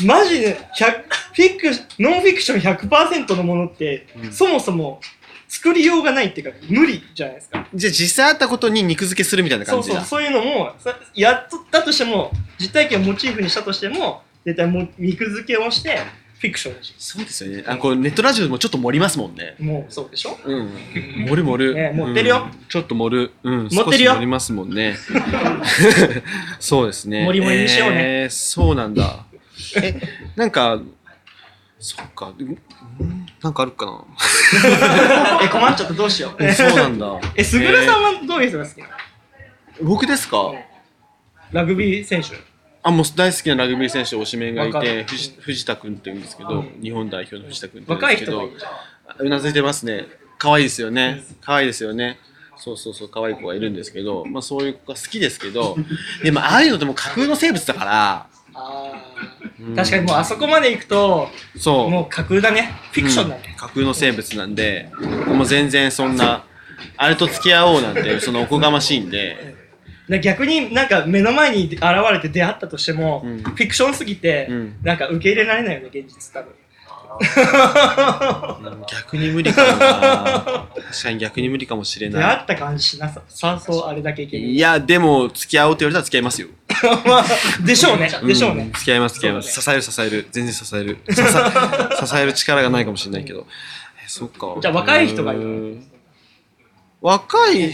[SPEAKER 3] う、マジで、100フィクノンフィクション100%のものって、
[SPEAKER 4] うん
[SPEAKER 3] そもそも作りようがないっていうか、無理じゃないですか。
[SPEAKER 4] じゃあ実際あったことに肉付けするみたいな
[SPEAKER 3] そ
[SPEAKER 4] 感
[SPEAKER 3] う
[SPEAKER 4] じ
[SPEAKER 3] そう、
[SPEAKER 4] だ。
[SPEAKER 3] そういうのも、さやっとったとしても、実体験をモチーフにしたとしても、絶対もう肉付けをして、フィクションにし
[SPEAKER 4] そうですよね。あ、こうネットラジオでもちょっと盛りますもんね。
[SPEAKER 3] もうそうでしょ
[SPEAKER 4] うん。盛る盛る。
[SPEAKER 3] ねえ盛ってるよ
[SPEAKER 4] うんちょっと盛る。うん。
[SPEAKER 3] 盛ってるよ
[SPEAKER 4] 少し盛りますも んね。そうですね。
[SPEAKER 3] 盛り盛りにしようね
[SPEAKER 4] えーそうなんだ。え、なんか、そっか。うんなんかあるかな。
[SPEAKER 3] え、困っちゃった、どうしよう。
[SPEAKER 4] そうなんだ。
[SPEAKER 3] え、すぐるさんはどういう人が好きなの
[SPEAKER 4] 僕ですか
[SPEAKER 3] ラグビー選手。
[SPEAKER 4] あ、もう大好きなラグビー選手、推しメンがい
[SPEAKER 3] わか
[SPEAKER 4] て
[SPEAKER 3] る、
[SPEAKER 4] 藤藤田君って言うんですけ
[SPEAKER 3] う
[SPEAKER 4] ど
[SPEAKER 3] ん、
[SPEAKER 4] 日本代表の藤田君って言うん
[SPEAKER 3] 若
[SPEAKER 4] で
[SPEAKER 3] い
[SPEAKER 4] すけ
[SPEAKER 3] 人がい
[SPEAKER 4] ど
[SPEAKER 3] る、。
[SPEAKER 4] うなずいてますね。可愛いですよね。可愛いですよね。そうそうそう、可愛い子がいるんですけど、まあそういう子が好きですけど、 でもああいうのってもう架空の生物だから、うん
[SPEAKER 3] 確かにもうあそこまで行くと、
[SPEAKER 4] そう。
[SPEAKER 3] もう架空だね。フィクションだ
[SPEAKER 4] うん
[SPEAKER 3] ね。
[SPEAKER 4] 架空の生物なんで、もう全然そんな、あれと付き合おうなんて、そのおこがましいんで、
[SPEAKER 3] だから逆になんか目の前に現れて出会ったとしても、
[SPEAKER 4] うん
[SPEAKER 3] フィクションすぎて、
[SPEAKER 4] うん
[SPEAKER 3] なんか受け入れられないよね、現実多分。
[SPEAKER 4] うん逆に無理かも な。確かに逆に無理かもしれ
[SPEAKER 3] 出
[SPEAKER 4] な
[SPEAKER 3] 会
[SPEAKER 4] い。
[SPEAKER 3] った感じしなさ。さそうあれだけいける。
[SPEAKER 4] いや、でも、付き合おうって言われたら付き合いますよ。
[SPEAKER 3] でしょうね。でしょう
[SPEAKER 4] うん
[SPEAKER 3] ね。
[SPEAKER 4] 付き合います、付き合います。支える、支える。全然支える。支え 支える力がないかもしれないけど。えそっか。
[SPEAKER 3] じゃあ若い人がいい
[SPEAKER 4] る。若い、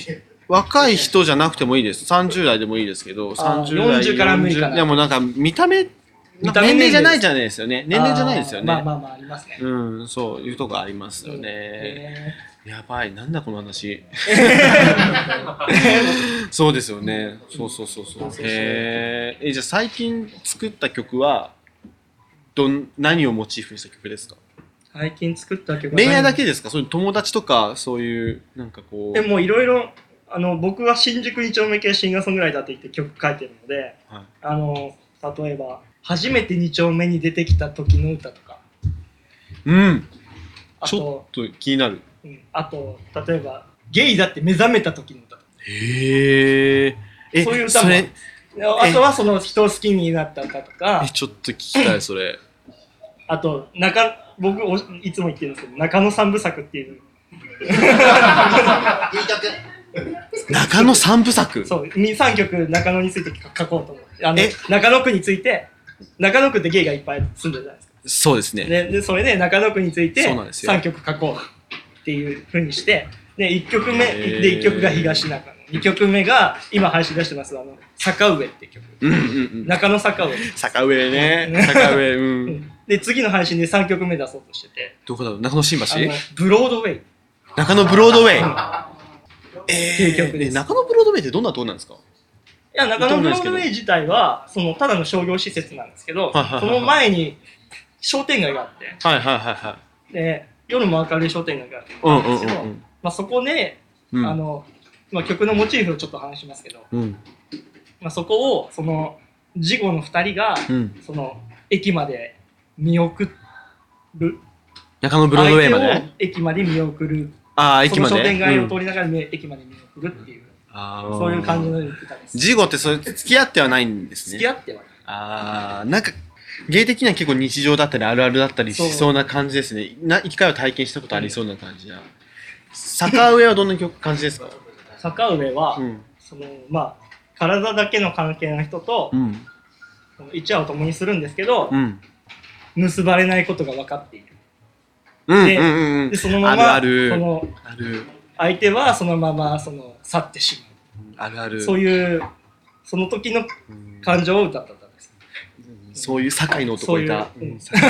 [SPEAKER 4] 若い人じゃなくてもいいです。30代でもいいですけど、
[SPEAKER 3] あー
[SPEAKER 4] 30代。
[SPEAKER 3] 40から無理かな
[SPEAKER 4] 40いや、もうなんか見た目、
[SPEAKER 3] 見た目
[SPEAKER 4] 年齢じゃない
[SPEAKER 3] 年齢です
[SPEAKER 4] じゃないですよね。年齢じゃないですよね。
[SPEAKER 3] あーまあまあまあ、ありますね。
[SPEAKER 4] うん、そういうとこありますよね。
[SPEAKER 3] え
[SPEAKER 4] やばい、なんだこ の話。そうですよね。そうそうそうそう。へーえ、じゃあ最近作った曲は、どん、何をモチーフにした曲ですか
[SPEAKER 3] ー最近作った曲は
[SPEAKER 4] 恋愛だけですかそういう友達とか、そういう、なんかこう。
[SPEAKER 3] えもういろいろあの僕は新宿2丁目系シンガーソングライターって言って曲書いてるので
[SPEAKER 4] はい
[SPEAKER 3] あの例えば初めて2丁目に出てきた時の歌とか
[SPEAKER 4] うん。
[SPEAKER 3] あ
[SPEAKER 4] ちょ
[SPEAKER 3] と
[SPEAKER 4] っと気になる。
[SPEAKER 3] うんあと例えばゲイだって目覚めた時の歌とか
[SPEAKER 4] へえ。え、
[SPEAKER 3] そういう歌も
[SPEAKER 4] それ、
[SPEAKER 3] あとはその人を好きになった歌とか
[SPEAKER 4] え、ちょっと聞きたい、それ。
[SPEAKER 3] あと中僕おいつも言ってるんですけど中野三部作っていう
[SPEAKER 4] 中野三部作。
[SPEAKER 3] そう3曲中野について書こうと思ってあの
[SPEAKER 4] え
[SPEAKER 3] 中野区について中野区ってゲイがいっぱい住んでるじゃないですか
[SPEAKER 4] そうですね。
[SPEAKER 3] ででそれで中野区について
[SPEAKER 4] そうなんですよ
[SPEAKER 3] 3曲書こうっていうふうにしてで1曲目
[SPEAKER 4] へー
[SPEAKER 3] で一曲が東中野2曲目が今配信出してますあの「坂上」って曲
[SPEAKER 4] うんうんうん。
[SPEAKER 3] 中野坂上
[SPEAKER 4] 坂上ね。坂上、うん。
[SPEAKER 3] で次の配信で3曲目出そうとしてて
[SPEAKER 4] どこだろう中野新橋
[SPEAKER 3] あのブロードウェイ
[SPEAKER 4] 中野ブロードウェイ。え
[SPEAKER 3] 究極です
[SPEAKER 4] 中野ブロードウェイってどんなとこなんですか
[SPEAKER 3] いや、中野ブロードウェイ自体は、その、ただの商業施設なんですけど
[SPEAKER 4] はいはいはい、
[SPEAKER 3] その前に商店街があっ
[SPEAKER 4] はいはいはいはい。
[SPEAKER 3] て、で、夜も明るい商店街があって、
[SPEAKER 4] うん
[SPEAKER 3] んうんうんまあ、そこで、
[SPEAKER 4] うん
[SPEAKER 3] あの、まあ、曲のモチーフをちょっと話しますけど、
[SPEAKER 4] うん。
[SPEAKER 3] まあ、そこを、その、事後の二人が、
[SPEAKER 4] うん。
[SPEAKER 3] その、駅まで見送る。
[SPEAKER 4] 中野ブロードウェイまで
[SPEAKER 3] 相手
[SPEAKER 4] ね
[SPEAKER 3] を。駅まで見送る。
[SPEAKER 4] ああ、駅ま
[SPEAKER 3] そ
[SPEAKER 4] で。
[SPEAKER 3] の商店街を通
[SPEAKER 4] うん
[SPEAKER 3] りながら、駅まで見送るっていう、
[SPEAKER 4] あー
[SPEAKER 3] そういう感じの歌です。
[SPEAKER 4] 事後ってそれ付き合ってはないんですね。
[SPEAKER 3] 付き合ってはない。
[SPEAKER 4] ああ、なんか、芸的には結構日常だったりあるあるだったりしそうな感じですね。な一回は体験したことありそうな感じだ。坂上はどんな曲感じですか
[SPEAKER 3] 坂上は、
[SPEAKER 4] ん。
[SPEAKER 3] そのまあ体だけの関係の人と
[SPEAKER 4] うん。
[SPEAKER 3] その一夜を共にするんですけど
[SPEAKER 4] う、ん。
[SPEAKER 3] 結ばれないことが分かっている
[SPEAKER 4] うん。
[SPEAKER 3] で
[SPEAKER 4] うんうんうん
[SPEAKER 3] でそのまま
[SPEAKER 4] ある
[SPEAKER 3] そ
[SPEAKER 4] ある。
[SPEAKER 3] の
[SPEAKER 4] ある。
[SPEAKER 3] 相手はそのままその去ってし
[SPEAKER 4] あるあ
[SPEAKER 3] まう
[SPEAKER 4] る。
[SPEAKER 3] そういうその時の
[SPEAKER 4] うん
[SPEAKER 3] 感情を歌った歌です
[SPEAKER 4] そういう堺の男いた。
[SPEAKER 3] そういううん
[SPEAKER 4] 堺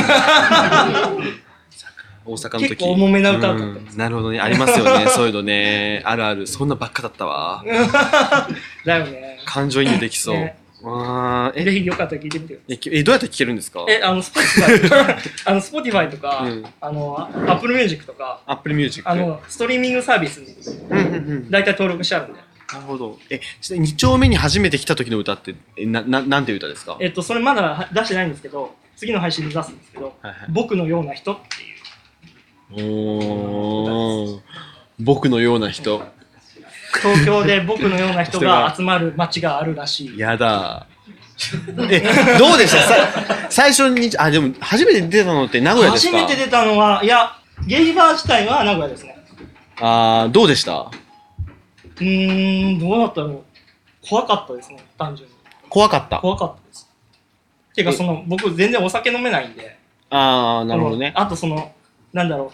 [SPEAKER 4] 大阪の時
[SPEAKER 3] 結構重めな歌を歌ってます
[SPEAKER 4] うんなるほどね。ありますよね。 そういうのね。あるある。そんなばっかだったわ。
[SPEAKER 3] だよね
[SPEAKER 4] 感情移入できそう。
[SPEAKER 3] ね
[SPEAKER 4] あー
[SPEAKER 3] ぜ
[SPEAKER 4] え
[SPEAKER 3] ひよかったら聞いてみてよ
[SPEAKER 4] えきえ、どうやって聴けるんですか
[SPEAKER 3] えあの Spotify あの Spotify とか、
[SPEAKER 4] うん
[SPEAKER 3] あの Apple Music とか
[SPEAKER 4] アップルミュージック。
[SPEAKER 3] あのストリーミングサービスに
[SPEAKER 4] うんうんうん。な
[SPEAKER 3] 大体登録してあるんで
[SPEAKER 4] るほど。え、ちなみに二丁目に初めて来た時の歌って、えな、ななんていう歌ですか
[SPEAKER 3] えっとそれまだ出してないんですけど次の配信で出すんですけど
[SPEAKER 4] はいはい
[SPEAKER 3] 僕のような人っていう
[SPEAKER 4] おー。僕のような人。
[SPEAKER 3] 東京で僕のような人 が集まる街があるらしい。
[SPEAKER 4] やだ。え、どうでしたさ最初に、あ、でも、初めて出たのって名古屋です
[SPEAKER 3] 初
[SPEAKER 4] か
[SPEAKER 3] めて出たのは、いや、ゲイバー自体は名古屋ですね。
[SPEAKER 4] あーどうでした
[SPEAKER 3] うーん、どうだったの怖かったですね、単純に。
[SPEAKER 4] 怖かった。
[SPEAKER 3] 怖かったです。てか、その、僕全然お酒飲めないんで。
[SPEAKER 4] あーなるほどね
[SPEAKER 3] あ。のあとその、なんだろ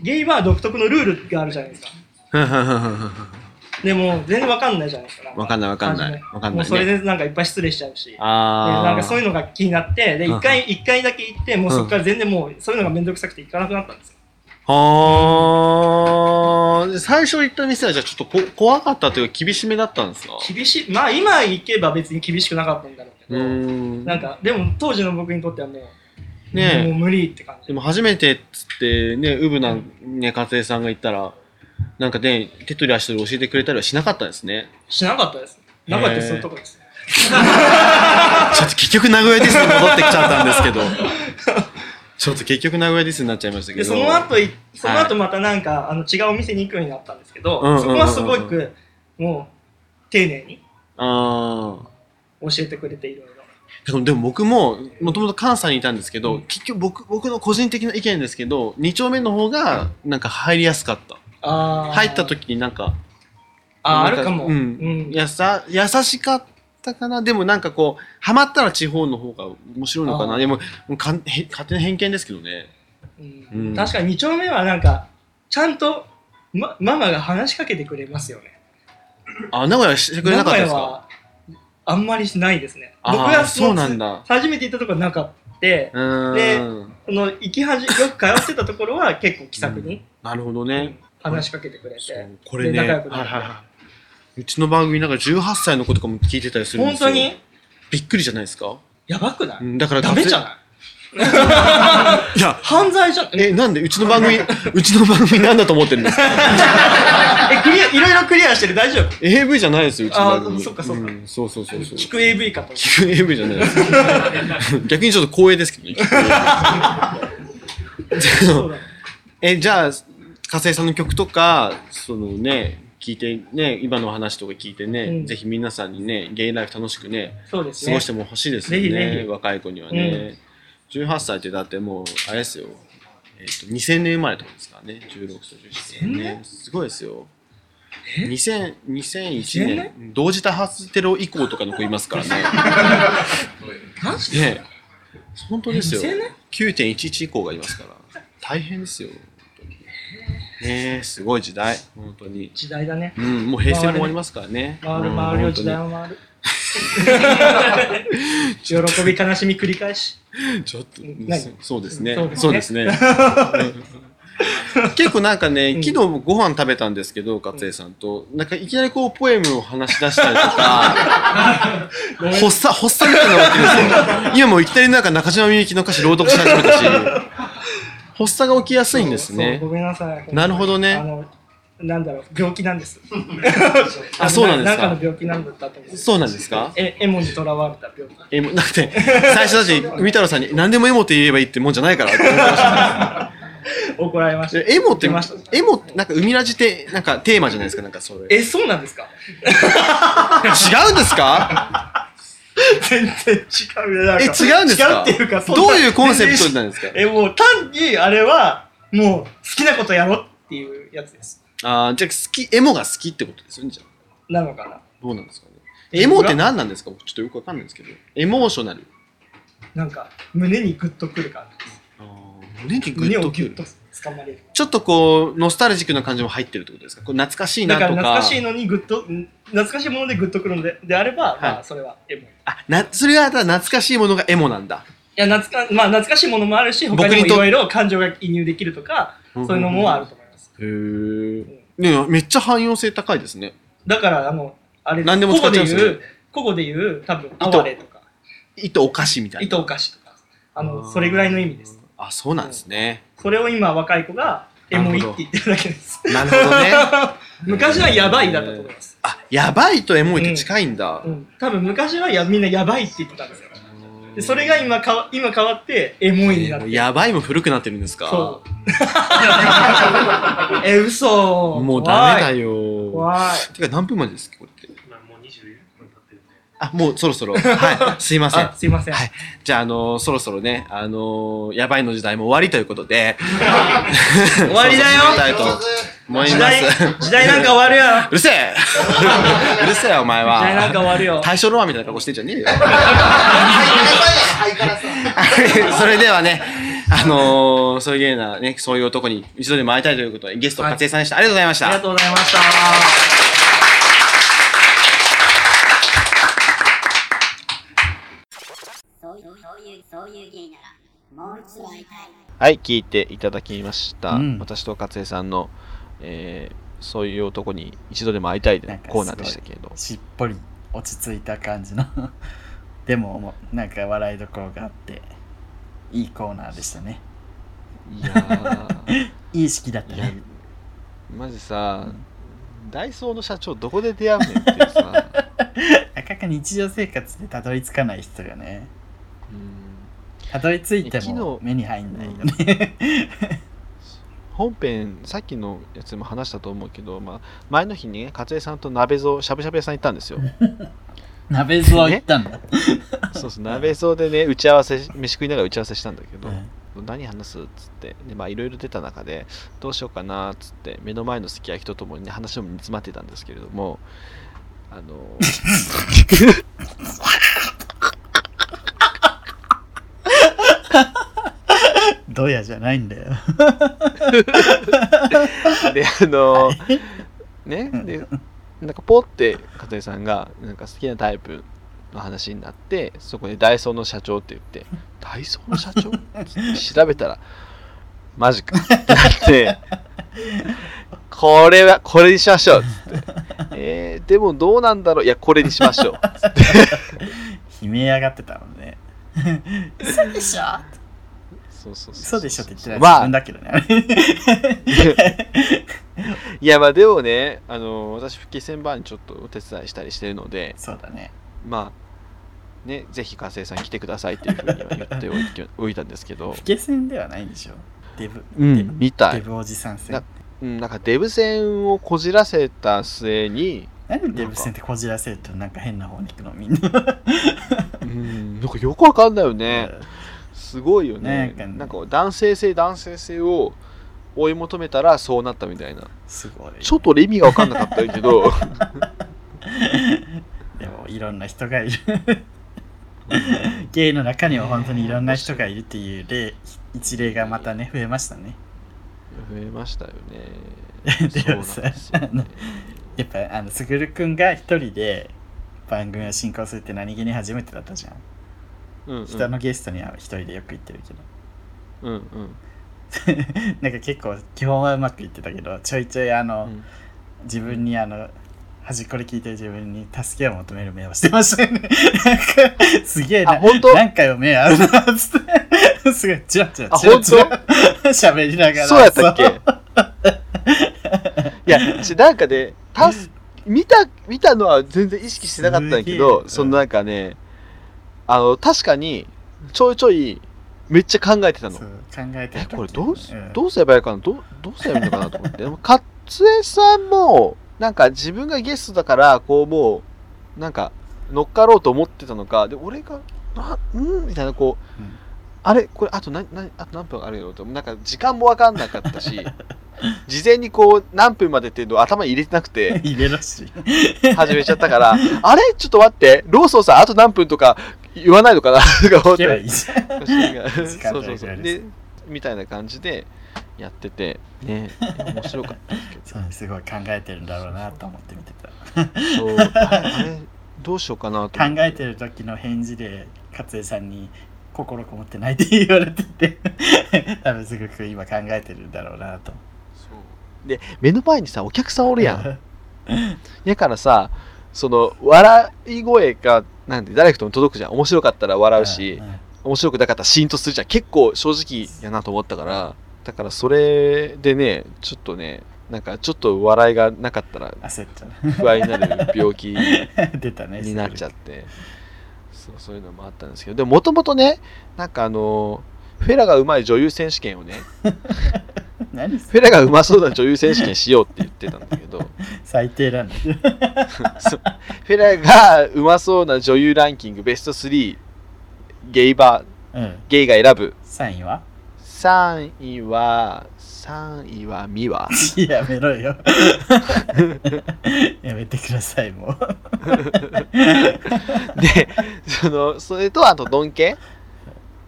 [SPEAKER 3] う。ゲイバー独特のルールがあるじゃないですか。でも、全然わかんないじゃないですか。
[SPEAKER 4] わかんないわかんないわかん
[SPEAKER 3] も
[SPEAKER 4] な
[SPEAKER 3] う
[SPEAKER 4] い
[SPEAKER 3] それ
[SPEAKER 4] ね
[SPEAKER 3] でなんかいっぱい失礼しちゃうし。で
[SPEAKER 4] ああ
[SPEAKER 3] なんかそういうのが気になって、で、
[SPEAKER 4] うん
[SPEAKER 3] 一回、一回だけ行って、もうそこから全然もう、そういうのがめんどくさくて行かなくなったんですよ。
[SPEAKER 4] はあ、で最初行った店はじゃあちょっとこ怖かったというか厳しめだったんですか
[SPEAKER 3] 厳しい、まあ今行けば別に厳しくなかったんだろうけ
[SPEAKER 4] う
[SPEAKER 3] ど、
[SPEAKER 4] ーん。
[SPEAKER 3] なんか、でも当時の僕にとってはもう、もう
[SPEAKER 4] ね
[SPEAKER 3] 無理って感
[SPEAKER 4] え。
[SPEAKER 3] じ
[SPEAKER 4] で。も初めてっつって、ね、ウブな、ね、かつえさんが言ったら、なんかね、手取り足取り教えてくれたりはしなかったんですね。
[SPEAKER 3] しなかったです。なかったです、
[SPEAKER 4] へー
[SPEAKER 3] そういうとこです。
[SPEAKER 4] ちょっと結局名古屋ディスに戻ってきちゃったんです けど。ちょっと結局名古屋ディスになっちゃいましたけ
[SPEAKER 3] で、
[SPEAKER 4] ど。
[SPEAKER 3] その後い、その後またなんか、あの、違うお店に行くようになったんですけど、
[SPEAKER 4] うんうんうんうん
[SPEAKER 3] そこはすごく、もう、丁寧に
[SPEAKER 4] ああ。
[SPEAKER 3] 教えてくれていろいろ。
[SPEAKER 4] で もでも僕も、もともと関西にいたんですけど、結局僕、僕の個人的な意見ですけど、2丁目の方が、なんか入りやすかった。
[SPEAKER 3] あー
[SPEAKER 4] 入った時になんか、
[SPEAKER 3] あーあ
[SPEAKER 4] なん
[SPEAKER 3] るかも。
[SPEAKER 4] う
[SPEAKER 3] うん
[SPEAKER 4] ん。やさ、優しかったかな。でもなんかこう、ハマったら地方の方が面白いのか
[SPEAKER 3] あ
[SPEAKER 4] な。
[SPEAKER 3] ー
[SPEAKER 4] でも、かんへ勝手な偏見ですけどね。
[SPEAKER 3] うん
[SPEAKER 4] うん
[SPEAKER 3] 確かに2丁目はなんかちゃんと、ま、ママが話しかけてくれますよね。
[SPEAKER 4] あ、名古屋してくれなかったです
[SPEAKER 3] 名古屋
[SPEAKER 4] か
[SPEAKER 3] はあんまりしないですね。
[SPEAKER 4] あー
[SPEAKER 3] が
[SPEAKER 4] そうなんだ
[SPEAKER 3] 初めて行ったところなかった。
[SPEAKER 4] うーん。
[SPEAKER 3] その行きはじよく通ってたところは結構気さくに
[SPEAKER 4] なるほどね。
[SPEAKER 3] 話しかけてくれて、
[SPEAKER 4] そうこれ
[SPEAKER 3] で
[SPEAKER 4] ね、はい
[SPEAKER 3] 仲良
[SPEAKER 4] はい
[SPEAKER 3] くなって
[SPEAKER 4] はい。うちの番組なんか18歳の子とかも聞いてたりするんで
[SPEAKER 3] 本
[SPEAKER 4] すよ。
[SPEAKER 3] 当に
[SPEAKER 4] びっくりじゃないですか
[SPEAKER 3] やばくない、
[SPEAKER 4] うんだから、
[SPEAKER 3] ダメじゃない
[SPEAKER 4] いや、
[SPEAKER 3] 犯罪じゃんえ
[SPEAKER 4] え、なんでうちの番組、うちの番組なんだと思ってるんですか
[SPEAKER 3] えクリアいろいろクリアしてる大丈夫
[SPEAKER 4] ?AV じゃないですよ、うちの番組。
[SPEAKER 3] あそっかそっか
[SPEAKER 4] んそうそうそうそう。
[SPEAKER 3] 聞く AV かと思っ
[SPEAKER 4] 聞く AV じゃないです逆にちょっと光栄ですけどね聞く AV
[SPEAKER 3] てそうだ
[SPEAKER 4] えじゃあ加瀬さんの曲とかそのね聞いてね今の話とか聞いてね、
[SPEAKER 3] うん
[SPEAKER 4] ぜひ皆さんにねゲイライフ楽しくね
[SPEAKER 3] そうです
[SPEAKER 4] 過
[SPEAKER 3] ね
[SPEAKER 4] ごしても欲しいですよ
[SPEAKER 3] ぜ
[SPEAKER 4] ね
[SPEAKER 3] ひぜひ
[SPEAKER 4] 若い子にはね、18歳ってだってもうあれですよえっと2000年生まれとかですからね16と17
[SPEAKER 3] 2000
[SPEAKER 4] ねすごいですよ
[SPEAKER 3] え
[SPEAKER 4] 2000 2001
[SPEAKER 3] 2000
[SPEAKER 4] 年同時多発テロ以降とかの子いますからね
[SPEAKER 3] マジで
[SPEAKER 4] ねえ本当ですよ
[SPEAKER 3] 2000年。
[SPEAKER 4] 9.11以降がいますから。大変ですよ。本当にねえ、すごい時代。本当に。
[SPEAKER 3] 時代だね
[SPEAKER 4] うん、もう平成も終わりますからね。
[SPEAKER 3] 回
[SPEAKER 4] う
[SPEAKER 3] る
[SPEAKER 4] ん
[SPEAKER 3] 回るよ時代
[SPEAKER 4] 本
[SPEAKER 3] は 回る喜び悲しみ繰り返し
[SPEAKER 4] 当にちょっと、うん
[SPEAKER 3] 何
[SPEAKER 4] そうそうですね
[SPEAKER 3] そうで。すね
[SPEAKER 4] そうですね。うん 結構なんかね
[SPEAKER 3] う、ん
[SPEAKER 4] 昨日もご飯食べたんですけど、勝江さんと、なんかいきなりこう、ポエムを話し出したりとか、
[SPEAKER 3] ごめん
[SPEAKER 4] 発作、発作みたいなわけですよ。 今もういきなりなんか中島みゆきの歌詞朗読し始めたし、発作が起きやすいんですね
[SPEAKER 3] そう。ごめんなさい
[SPEAKER 4] なるほどね
[SPEAKER 3] あのなんだろう病気なんです
[SPEAKER 4] あそうなんですか
[SPEAKER 3] なんかの病気なんだったと思う
[SPEAKER 4] そうなんですか
[SPEAKER 3] えエモにとらわれた病気
[SPEAKER 4] え、もうだって、最初だって、海太郎さんに何でもエモって言えばいいってもんじゃないからって思いまし。
[SPEAKER 3] 怒られました
[SPEAKER 4] エモって
[SPEAKER 3] 言いましたね、
[SPEAKER 4] エモって、なんか海ラジって、なんかテーマじゃないですか、なんかそ れ。違
[SPEAKER 3] えそうなんですか
[SPEAKER 4] うんですか
[SPEAKER 3] 全然違うよなんか
[SPEAKER 4] え違うんですか
[SPEAKER 3] 違うっていうかそん
[SPEAKER 4] どういうコンセプトなんですか
[SPEAKER 3] 全 然えもう単にあれはもう好きなことやろっていうやつです
[SPEAKER 4] あーじゃあ好き、エモが好きってことですよね、じゃあ。
[SPEAKER 3] なのかな
[SPEAKER 4] どうなんですかね。
[SPEAKER 3] え
[SPEAKER 4] エモって何なんですか僕ちょっとよくわかんないんですけど。エモーショナル。
[SPEAKER 3] なんか胸にグッとくる感じです
[SPEAKER 4] 胸にグ
[SPEAKER 3] 胸
[SPEAKER 4] ッ
[SPEAKER 3] を
[SPEAKER 4] と
[SPEAKER 3] ギュッ
[SPEAKER 4] く
[SPEAKER 3] と
[SPEAKER 4] る。
[SPEAKER 3] 掴まれる
[SPEAKER 4] ちょっとこう、ノスタルジックな感じも入ってるってことですかこう懐かしいな
[SPEAKER 3] だ
[SPEAKER 4] と
[SPEAKER 3] から
[SPEAKER 4] か。
[SPEAKER 3] 懐かしいのにグッとん懐かしいものでグッとくるのでであれば、
[SPEAKER 4] い
[SPEAKER 3] まあそれはエモい。い
[SPEAKER 4] あ、な、それはだから懐かしいものがエモなんだ。
[SPEAKER 3] や懐かまあ懐かしいものもあるし他に
[SPEAKER 4] 僕
[SPEAKER 3] も
[SPEAKER 4] に
[SPEAKER 3] い
[SPEAKER 4] と
[SPEAKER 3] ろいろ感情が移入できるとかそういうのもあると思います。
[SPEAKER 4] へえ。ねめっちゃ汎用性高いですね。
[SPEAKER 3] だからあのあれ
[SPEAKER 4] 何でも使っちゃうんですよね
[SPEAKER 3] ここで言うここで言う多分
[SPEAKER 4] 糸
[SPEAKER 3] 哀れとか
[SPEAKER 4] 糸お菓子みたいな。
[SPEAKER 3] 糸お菓子とかあのそれぐらいの意味です。。
[SPEAKER 4] あ、そうなんですね。
[SPEAKER 3] それを今若い子がエモいって言ってるだけです。
[SPEAKER 4] なるほどね。
[SPEAKER 3] 昔はやばいだったと思います。
[SPEAKER 4] あ、やばいとエモいって近いんだ
[SPEAKER 3] う。ん、多分昔はやみんなやばいって言ってたんですよ。でそれが今かわ今変わってエモいになっ
[SPEAKER 4] も
[SPEAKER 3] て
[SPEAKER 4] う
[SPEAKER 3] る。
[SPEAKER 4] やばいも古くなってるんですか
[SPEAKER 3] そう。 え、嘘。
[SPEAKER 4] もうダメだ
[SPEAKER 3] よ。
[SPEAKER 4] よ。
[SPEAKER 3] 怖い。
[SPEAKER 4] てか何分までですかこれって。
[SPEAKER 5] 今もう24分経ってるんで。
[SPEAKER 4] あ、もうそろそろ。 はい。すいません
[SPEAKER 3] あ、。すいません。
[SPEAKER 4] はいじゃあ、あのーそろそろね、あのーやばいの時代も終わりということで。
[SPEAKER 3] 終わりだ
[SPEAKER 4] そろそろ終わりたい
[SPEAKER 3] よ。
[SPEAKER 4] と思い
[SPEAKER 3] 時
[SPEAKER 4] ま
[SPEAKER 3] 代
[SPEAKER 4] す。、
[SPEAKER 3] 時代なんか終 わるよ。
[SPEAKER 4] うるせえうるせえお前は。
[SPEAKER 3] 時代なんか終わるよ。
[SPEAKER 4] 大正ロマンみたいな格好してんじゃね えよ。 それではね、あのー、そういう芸な、ね、そういう男に一度でも会いたいということで、ゲスト、
[SPEAKER 3] はい
[SPEAKER 4] 勝江さんでした。ありがとうございました。
[SPEAKER 3] ありがとうございました。
[SPEAKER 1] はい、聞いていただきました。
[SPEAKER 2] うん
[SPEAKER 1] 私と勝江さんの、えーそういう男に一度でも会いたいで
[SPEAKER 2] なんか
[SPEAKER 1] コーナーでしたけれど。
[SPEAKER 2] しっぽり落ち着いた感じの でももうなんか笑いどころがあっていいコーナーでしたね
[SPEAKER 1] いやー
[SPEAKER 2] いい式だった
[SPEAKER 1] いや
[SPEAKER 2] ね、
[SPEAKER 1] マジさ
[SPEAKER 2] う、
[SPEAKER 1] ダイソーの社長どこで出会うねんっていう さ。
[SPEAKER 2] なかなか日常生活でたどり着かない人がね
[SPEAKER 1] うん
[SPEAKER 2] たどり着いても
[SPEAKER 1] 昨日
[SPEAKER 2] 目に入んないよね
[SPEAKER 1] 本編さっきのやつでも話したと思うけど、まあ、前の日にね勝江さんと鍋蔵しゃぶしゃぶ屋さん行ったん ですよ
[SPEAKER 2] 鍋蔵 行ったんだ、
[SPEAKER 1] そうそう鍋蔵でね打ち合わせ飯食いながら打ち合わせしたんだけ
[SPEAKER 2] う
[SPEAKER 1] ど、
[SPEAKER 2] ん
[SPEAKER 1] 何話すっつってでまあいろいろ出た中でどうしようかなっつって目の前のすき焼きとともにね話も煮詰まってたんですけれどもあの
[SPEAKER 2] ドヤじゃないんだよ
[SPEAKER 1] であのねでなんかポって勝江さんがなんか好きなタイプの話になってそこでダイソーの社長って言って「ダイソーの社 長?」調べたら「マジか」ってなって「これはこれにしましょう」っつって「えーでもどうなんだろういやこれにしましょう」
[SPEAKER 2] 悲鳴上がってたもんね嘘でしょ
[SPEAKER 1] そうそうそう
[SPEAKER 2] 嘘でしょって言ってた
[SPEAKER 1] まあ
[SPEAKER 2] 自分だけどね、あ れ
[SPEAKER 1] いやまあでもねあの私復帰戦バーにちょっとお手伝いしたりしてるので
[SPEAKER 2] そうだね
[SPEAKER 1] まあねぜひ加瀬さん来てくださいっていうふうには言っておいておいたんですけど
[SPEAKER 2] 不け戦ではないんでしょデブ、
[SPEAKER 1] う
[SPEAKER 2] デ
[SPEAKER 1] ん
[SPEAKER 2] ブ
[SPEAKER 1] みた
[SPEAKER 2] デ
[SPEAKER 1] い、
[SPEAKER 2] ブおじさん戦
[SPEAKER 1] なうん、なんかデブ戦をこじらせた末に、
[SPEAKER 2] なんでデブ戦ってこじらせるとなんか変な方に行くのみんな
[SPEAKER 1] うん、なんかよくわかんないよねすごいよね
[SPEAKER 2] ね
[SPEAKER 1] なんか男性性男性性を追い求めたらそうなったみたいな
[SPEAKER 2] すごい
[SPEAKER 1] ちょっと俺意味がわかんなかったけ ど
[SPEAKER 2] でもいろんな人がいるゲイの中には本当にいろんな人がいるっていう例一例がまたね増えましたね
[SPEAKER 1] 増えましたよ ね
[SPEAKER 2] でもさ
[SPEAKER 1] そうなんですよね
[SPEAKER 2] やっぱあのすぐるくんが一人で番組を進行するって何気に初めてだったじゃん
[SPEAKER 1] うんうん
[SPEAKER 2] 人のゲストには一人でよく行ってるけど
[SPEAKER 1] うんうん
[SPEAKER 2] なんか結構基本はうまくいってたけどちょいちょいあの、
[SPEAKER 1] うん
[SPEAKER 2] 自分にあの端っこで聞いてる自分に助けを求める目をしてましたよね。なんかすげえ
[SPEAKER 1] あ
[SPEAKER 2] な
[SPEAKER 1] 本当
[SPEAKER 2] 何回も目合うなっつって すごいチラチラ
[SPEAKER 1] あ
[SPEAKER 2] チラ
[SPEAKER 1] 本
[SPEAKER 2] チラ喋りながら
[SPEAKER 1] そうやったっけ
[SPEAKER 2] そう
[SPEAKER 1] いやちなんかねたす見た見たのは全然意識してなかったんだけ
[SPEAKER 2] すげ
[SPEAKER 1] ど
[SPEAKER 2] え
[SPEAKER 1] そのなんかねあの確かにちょいちょいめっちゃ考えてたの
[SPEAKER 2] そう考えて
[SPEAKER 1] え
[SPEAKER 2] た
[SPEAKER 1] これどうす
[SPEAKER 2] ん
[SPEAKER 1] どうすればいいかなどうどうすればいいのかなと思 ってでも勝江さんもなんか自分がゲストだからこうもうなんか乗っかろうと思ってたのかで俺がなうんみたいなこう、
[SPEAKER 2] うん
[SPEAKER 1] あれこれあと何何あと何分あるよとなんか時間も分かんなかった し事前にこう何分までっていうのを頭に入れてなくて
[SPEAKER 2] 入れろし
[SPEAKER 1] 始めちゃったからあれちょっと待ってローソンさんあと何分とか言わないのかなとか思っ
[SPEAKER 2] 聞けば
[SPEAKER 1] て
[SPEAKER 2] いいじゃん
[SPEAKER 1] それ
[SPEAKER 2] 時間
[SPEAKER 1] そう
[SPEAKER 2] 帯
[SPEAKER 1] そうそう
[SPEAKER 2] ぐらい
[SPEAKER 1] で
[SPEAKER 2] で
[SPEAKER 1] みたいな感じでやってて ね面白かったですけど
[SPEAKER 2] そうすごい考えてるんだろうなと思って見てた
[SPEAKER 1] そうあれあれどうしようかなと思
[SPEAKER 2] 考
[SPEAKER 1] って
[SPEAKER 2] えてる時の返事で勝江さんに心こもってないって言われてて 多分すごく今考えてるんだろうなと
[SPEAKER 1] そうで目の前にさお客さんおるやんだからさその笑い声がなんてダイレクトに届くじゃん面白かったら笑うし、
[SPEAKER 2] んん
[SPEAKER 1] 面白くなかったらシーンとするじゃん結構正直やなと思ったからだからそれでねちょっとねなんかちょっと笑いがなかったら
[SPEAKER 2] 焦っちゃう
[SPEAKER 1] 不安になる病気
[SPEAKER 2] 出たね
[SPEAKER 1] になっちゃ
[SPEAKER 2] っ
[SPEAKER 1] ってそうそういうのもあったんですけどでもともとねなんかあのフェラがうまい女優選手 権をね
[SPEAKER 2] た何そ
[SPEAKER 1] フェラがうまそうな女優選手権しようって言ってたんだ けど
[SPEAKER 2] れ最低なんだ
[SPEAKER 1] そうフェラがうまそうな女優ランキングベスト3ゲイバー
[SPEAKER 2] うん
[SPEAKER 1] ゲイが選ぶ
[SPEAKER 2] 3位は
[SPEAKER 1] 3位は3位はミ ワ
[SPEAKER 2] やめろよ やめてくださいもう
[SPEAKER 1] でそのそれとあとドンケ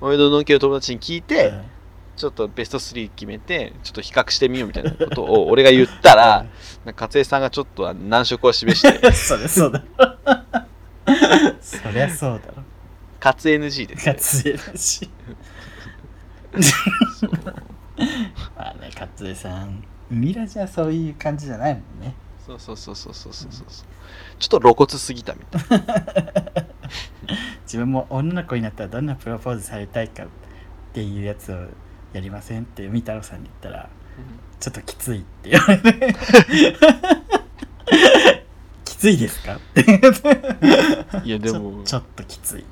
[SPEAKER 1] おめでとうドンケの友達に聞いて、
[SPEAKER 2] うん
[SPEAKER 1] ちょっとベスト3決めてちょっと比較してみようみたいなことを俺が言ったらなんか勝江さんがちょっとあの難色を示して
[SPEAKER 2] そりゃそうだ そりゃそうだろ
[SPEAKER 1] 勝江 NG です、
[SPEAKER 2] 勝江だしまあね、カッツさん。ミラじゃそういう感じじゃないもんね。
[SPEAKER 1] そうそうそうそうそうそうそうちょっと露骨すぎたみたい
[SPEAKER 2] 自分も女の子になったらどんなプロポーズされたいかっていうやつをやりませんってみ太郎さんに言ったら、ちょっときついって言われて。きついですかって
[SPEAKER 1] ないやでも
[SPEAKER 2] ちょちょっときつい。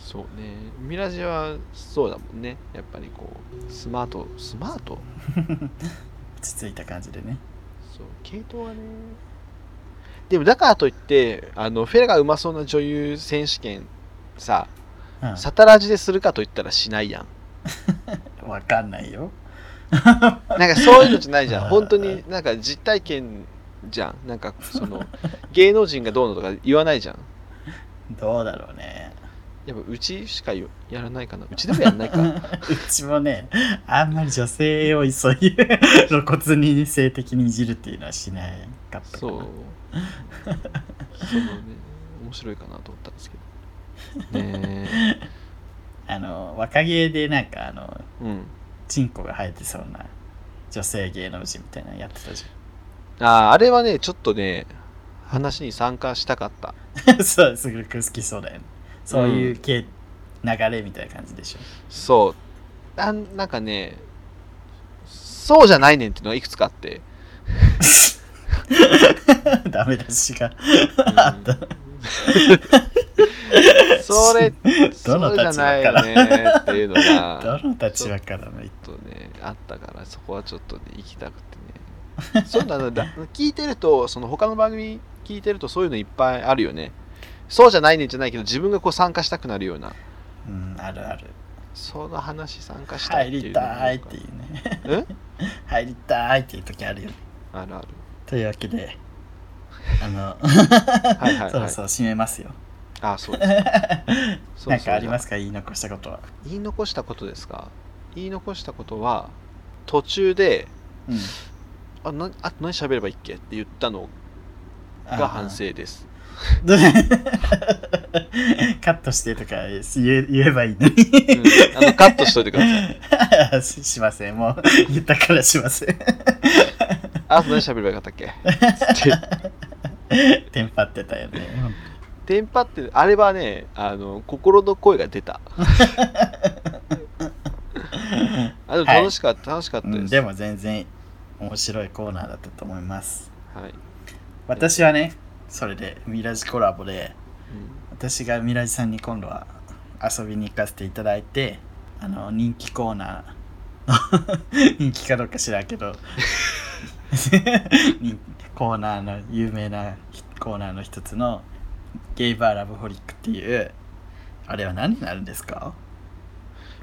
[SPEAKER 1] そうねミラジはそうだもんねやっぱりこうスマートスマート
[SPEAKER 2] 落ち着いた感じでね。
[SPEAKER 1] そう系統はねでもだからといってあのフェラがうまそうな女優選手権さ
[SPEAKER 2] うん
[SPEAKER 1] サタラジでするかといったらしないやん
[SPEAKER 2] わかんないよ。
[SPEAKER 1] なんかそういうのじゃないじゃん
[SPEAKER 2] あー
[SPEAKER 1] 本当になんか実体験じゃんなんかその芸能人がどうのとか言わないじゃん
[SPEAKER 2] どうだろうね。
[SPEAKER 1] やっぱうちしかよやらないかなうちでもやらないか
[SPEAKER 2] うちもね、あんまり女性をそういう露骨に性的にいじるっていうのはしないかったか
[SPEAKER 1] そう
[SPEAKER 2] な。
[SPEAKER 1] そうね面白いかなと思ったんですけどね
[SPEAKER 2] あの、若芸でなんかあの、
[SPEAKER 1] えうん
[SPEAKER 2] チンコが生えてそうな女性芸能人みたいなのやってたじ
[SPEAKER 1] あーあれはねちょっとね話に参加したかった
[SPEAKER 2] ゃん。 そう、すごく好きそうだよね。そういう系、流れみたいな感じでしょ。
[SPEAKER 1] そうあんなんかねそうじゃないねんっていうのがいくつかあって、
[SPEAKER 2] ダメ出しが。
[SPEAKER 1] それそ
[SPEAKER 2] どの
[SPEAKER 1] うじゃ
[SPEAKER 2] 立場か
[SPEAKER 1] ないよ
[SPEAKER 2] ら
[SPEAKER 1] ねっていうのが
[SPEAKER 2] どの立場からの言っ
[SPEAKER 1] ちょっとねあったからそこはちょっとね行きたくてねそうなのだ聞いてるとその他の番組聞いてるとそういうのいっぱいあるよねそうじゃないねんじゃないけど自分がこう参加したくなるような
[SPEAKER 2] うん、あるある。
[SPEAKER 1] その話参加したい
[SPEAKER 2] 入
[SPEAKER 1] ってい
[SPEAKER 2] り
[SPEAKER 1] うの
[SPEAKER 2] たいっていう
[SPEAKER 1] え
[SPEAKER 2] ね。 入りたいっていう時あるよね。
[SPEAKER 1] あるある
[SPEAKER 2] というわけで、あの、
[SPEAKER 1] はいはい、
[SPEAKER 2] そろ
[SPEAKER 1] はい
[SPEAKER 2] そ、ろ締めますよ。
[SPEAKER 1] あそうですそう
[SPEAKER 2] なんかありますすか言い残したことは。
[SPEAKER 1] 言い残したことですか言い残したことは途中で
[SPEAKER 2] うん。
[SPEAKER 1] あなあと何喋ればいいっけって言ったの
[SPEAKER 2] あ
[SPEAKER 1] が反。省です
[SPEAKER 2] ど カットしてとか言え言えばいいのに。
[SPEAKER 1] うんあのカットしといてください
[SPEAKER 2] ししません。もう言ったからしません。
[SPEAKER 1] あと何喋ればよかったっけって
[SPEAKER 2] テンパってたよね。
[SPEAKER 1] テンパってあれはねあの心の声が出 たあでも楽しかった、楽しかった
[SPEAKER 2] う
[SPEAKER 1] です、
[SPEAKER 2] ん、でも全然面白いコーナーだったと思います。
[SPEAKER 1] はい、
[SPEAKER 2] 私はね、それでミラジコラボで、私がミラジさんに今度は遊びに行かせていただいてあの人気コーナー 人気かどうか知らんけど 人コーナーの有名なコーナーの一つのゲイバーラブホリックっていうあれは何になるんですか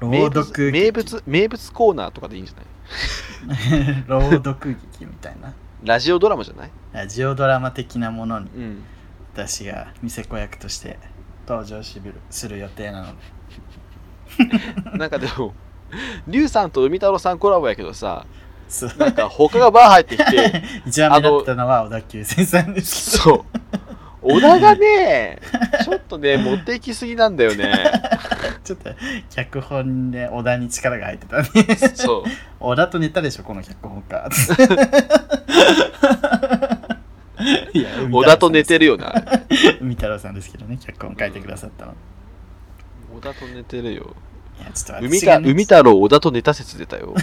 [SPEAKER 1] うん
[SPEAKER 2] 朗
[SPEAKER 1] 名
[SPEAKER 2] 読
[SPEAKER 1] 物
[SPEAKER 2] 劇
[SPEAKER 1] 名物名物コーナーとかでいいんじゃない
[SPEAKER 2] 朗読劇みたいな
[SPEAKER 1] ラジオドラマじゃない
[SPEAKER 2] ラジオドラマ的なものに
[SPEAKER 1] うん
[SPEAKER 2] 私が店子役として登場しぶるする予定なので
[SPEAKER 1] なんかでも、リュウさんと海太郎さんコラボやけどさ、
[SPEAKER 2] そう
[SPEAKER 1] なんか他がバー入ってきて、
[SPEAKER 2] 一番目立ったのは小田急線さんですけど
[SPEAKER 1] そう。小田がね、ちょっとね、持っていきすぎなんだよ ね。
[SPEAKER 2] ちょっと脚本で小田に力が入ってたね
[SPEAKER 1] そう。
[SPEAKER 2] 小田と寝たでしょこの脚本家いや
[SPEAKER 1] 小田と寝てるよな。あれ
[SPEAKER 2] 海太郎さんですけどね脚本書いてくださったの
[SPEAKER 1] 小田と寝てるよ。
[SPEAKER 2] いやちょっと
[SPEAKER 1] 海
[SPEAKER 2] 私
[SPEAKER 1] 太
[SPEAKER 2] がね
[SPEAKER 1] 海太郎、小田と寝た説出たよ。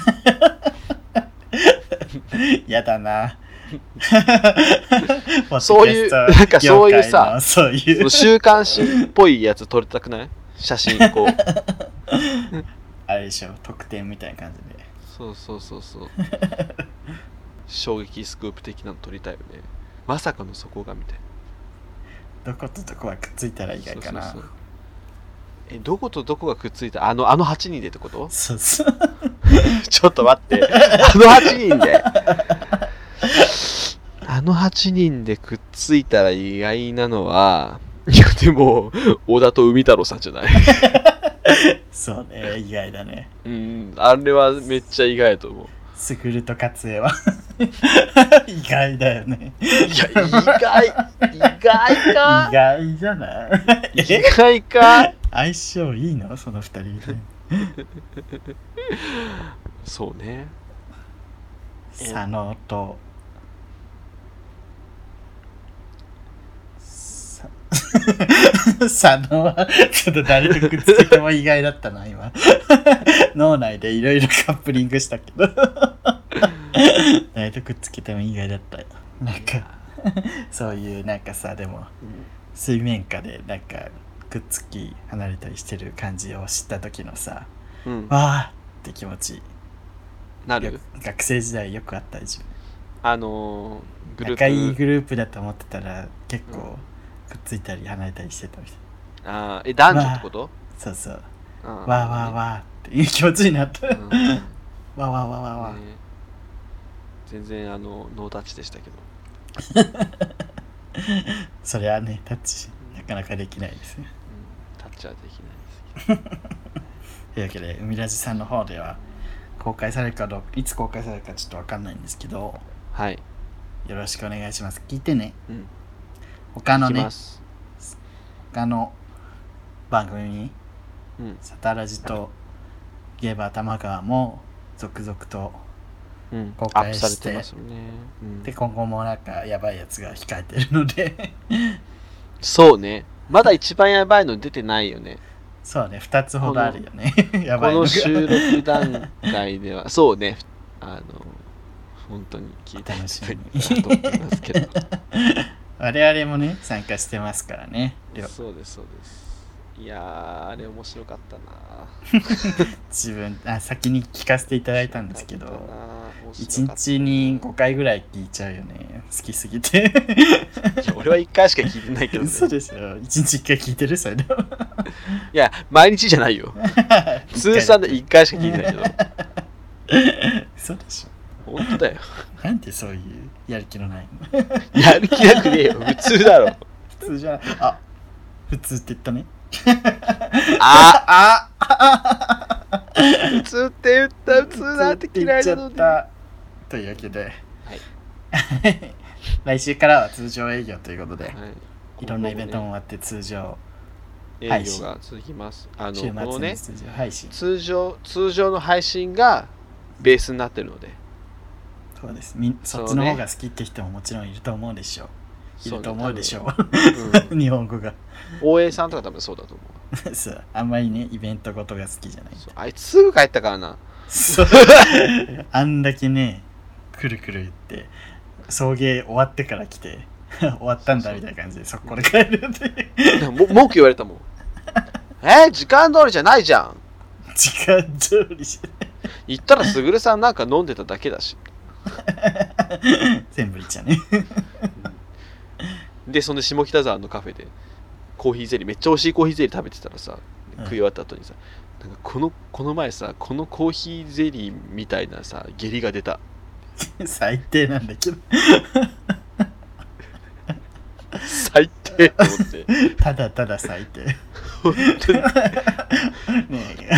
[SPEAKER 2] やだな
[SPEAKER 1] そういう
[SPEAKER 2] ポッドキャスト
[SPEAKER 1] なんかそういうさ
[SPEAKER 2] 業界のそう
[SPEAKER 1] そ
[SPEAKER 2] いう
[SPEAKER 1] の週刊誌っぽいやつ撮りたくない写真、こ う。
[SPEAKER 2] あれでしょ特典みたいな感じで
[SPEAKER 1] そうそうそうそう。衝撃スクープ的なの撮りたいよね。まさかのそこがみたいな。
[SPEAKER 2] どことどこはくっついたら以外かな
[SPEAKER 1] そうそうそうえどことどこがくっついたあのあの8人でってこと
[SPEAKER 2] そうそう
[SPEAKER 1] ちょっと待ってあの8人であの8人でくっついたら意外なのはいやでも小田と海太郎さんじゃない
[SPEAKER 2] そうね意外だね
[SPEAKER 1] うんあれはめっちゃ意外やと思う
[SPEAKER 2] スグルとカツエは 意外だよね
[SPEAKER 1] いや意外意外か
[SPEAKER 2] 意外じゃない
[SPEAKER 1] 意外か
[SPEAKER 2] 相性いいのその二人みたいな
[SPEAKER 1] そうね
[SPEAKER 2] 佐野とさ 佐野はちょっと誰とくっつけても意外だったな今 脳内でいろいろカップリングしたけ ど誰とくっつけても意外だったなんかそういうなんかさでも水面下でなんかくっつき離れたりしてる感じを知った時のさ
[SPEAKER 1] うん
[SPEAKER 2] わーって気持ち
[SPEAKER 1] な
[SPEAKER 2] よ
[SPEAKER 1] る
[SPEAKER 2] 学生時代よくあったでしょ
[SPEAKER 1] あのーグル
[SPEAKER 2] 仲いい
[SPEAKER 1] ープ
[SPEAKER 2] グループだと思ってたら結構くっついたり離れたりしてたみたい
[SPEAKER 1] あーえ男女ってこと
[SPEAKER 2] なそうそう
[SPEAKER 1] わ
[SPEAKER 2] わーわーわーっていう気持ちになった、わ
[SPEAKER 1] うんね
[SPEAKER 2] ーわーわーわーわー
[SPEAKER 1] 全然あのノータッチでしたけど
[SPEAKER 2] それはねタッチなかなかできないですね
[SPEAKER 1] うんタッチはできないですけど
[SPEAKER 2] というわけで海ラジさんの方では公開されるかどうかいつ公開されるかちょっとわかんないんですけど
[SPEAKER 1] はい
[SPEAKER 2] よろしくお願いします聞いてね
[SPEAKER 1] うん
[SPEAKER 2] 他の
[SPEAKER 1] 聞き
[SPEAKER 2] ね
[SPEAKER 1] ます
[SPEAKER 2] 他の番組に
[SPEAKER 1] うん
[SPEAKER 2] サタラジとゲーバー玉川も続々と
[SPEAKER 1] うん
[SPEAKER 2] 公
[SPEAKER 1] アッ
[SPEAKER 2] 開
[SPEAKER 1] プ
[SPEAKER 2] し
[SPEAKER 1] さ
[SPEAKER 2] て
[SPEAKER 1] れてますよねうん
[SPEAKER 2] で今後もなんかやばいやつが控えてるので
[SPEAKER 1] そうねまだ一番やばいの出てないよね
[SPEAKER 2] そうね2つほどあるよね や
[SPEAKER 1] こ
[SPEAKER 2] ばいの
[SPEAKER 1] の
[SPEAKER 2] が
[SPEAKER 1] 収録段階で はそうねあの本当に聞いて
[SPEAKER 2] 楽しみに
[SPEAKER 1] と思いますけど
[SPEAKER 2] 我々もね参加してますからね両
[SPEAKER 1] そうですそうですいやーあれ面白かったな
[SPEAKER 2] 自分あ先に聞かせていただいたんですけ
[SPEAKER 1] 面白か
[SPEAKER 2] ど
[SPEAKER 1] った
[SPEAKER 2] 1
[SPEAKER 1] な
[SPEAKER 2] 日に5回ぐらい聞いちゃうよね好きすぎて
[SPEAKER 1] いや俺は1回しか聞いてないけど、ね、
[SPEAKER 2] 嘘でしょ1日1回聞いてるそれでも
[SPEAKER 1] いや毎日じゃないよ通算で1回しか聞いてないけど
[SPEAKER 2] 嘘でしょ
[SPEAKER 1] 本当だよ
[SPEAKER 2] なんでそういうやる気のないの
[SPEAKER 1] やる気なくねえよ普通だろ
[SPEAKER 2] 普通じゃないあ普通って言ったね
[SPEAKER 1] あ
[SPEAKER 2] あ
[SPEAKER 1] 普通って言った普通だって嫌いなの
[SPEAKER 2] っ
[SPEAKER 1] に
[SPEAKER 2] て言っちゃったというわけで、 来週からは通常営業ということで、い、ろんなイベントも終わって通常
[SPEAKER 1] はい営業が続きますあの
[SPEAKER 2] 週末
[SPEAKER 1] この
[SPEAKER 2] の
[SPEAKER 1] ね
[SPEAKER 2] 通常配信、
[SPEAKER 1] 通常通常の配信がベースになってるので
[SPEAKER 2] そうですみそっちの方が好きって人ももちろんいると思うでしょういると思うでしょう
[SPEAKER 1] そうね多分
[SPEAKER 2] 日本語が
[SPEAKER 1] 大江さんとか多分そうだと思う
[SPEAKER 2] そうあんまりねイベントごとが好きじゃない
[SPEAKER 1] そうあいつすぐ帰ったからな
[SPEAKER 2] そう あんだけねくるくる言って送迎終わってから来て 終わったんだみたいな感じでそこで帰るっていう
[SPEAKER 1] も文句言われた もんえー時間通りじゃないじゃん
[SPEAKER 2] 時間通りじゃ
[SPEAKER 1] 行ったらすぐるさんなんか飲んでただけだし
[SPEAKER 2] ない全部いっちゃうね
[SPEAKER 1] でその下北沢のカフェでコーヒーゼリーめっちゃ美味しいコーヒーゼリー食べてたらさ
[SPEAKER 2] うん
[SPEAKER 1] 食い終わった後にさ、なんかこのこの前さこのコーヒーゼリーみたいなさ下痢が出た
[SPEAKER 2] 最低なんだけど
[SPEAKER 1] 最低と思って
[SPEAKER 2] ただただ最低ね
[SPEAKER 1] 本当に
[SPEAKER 2] え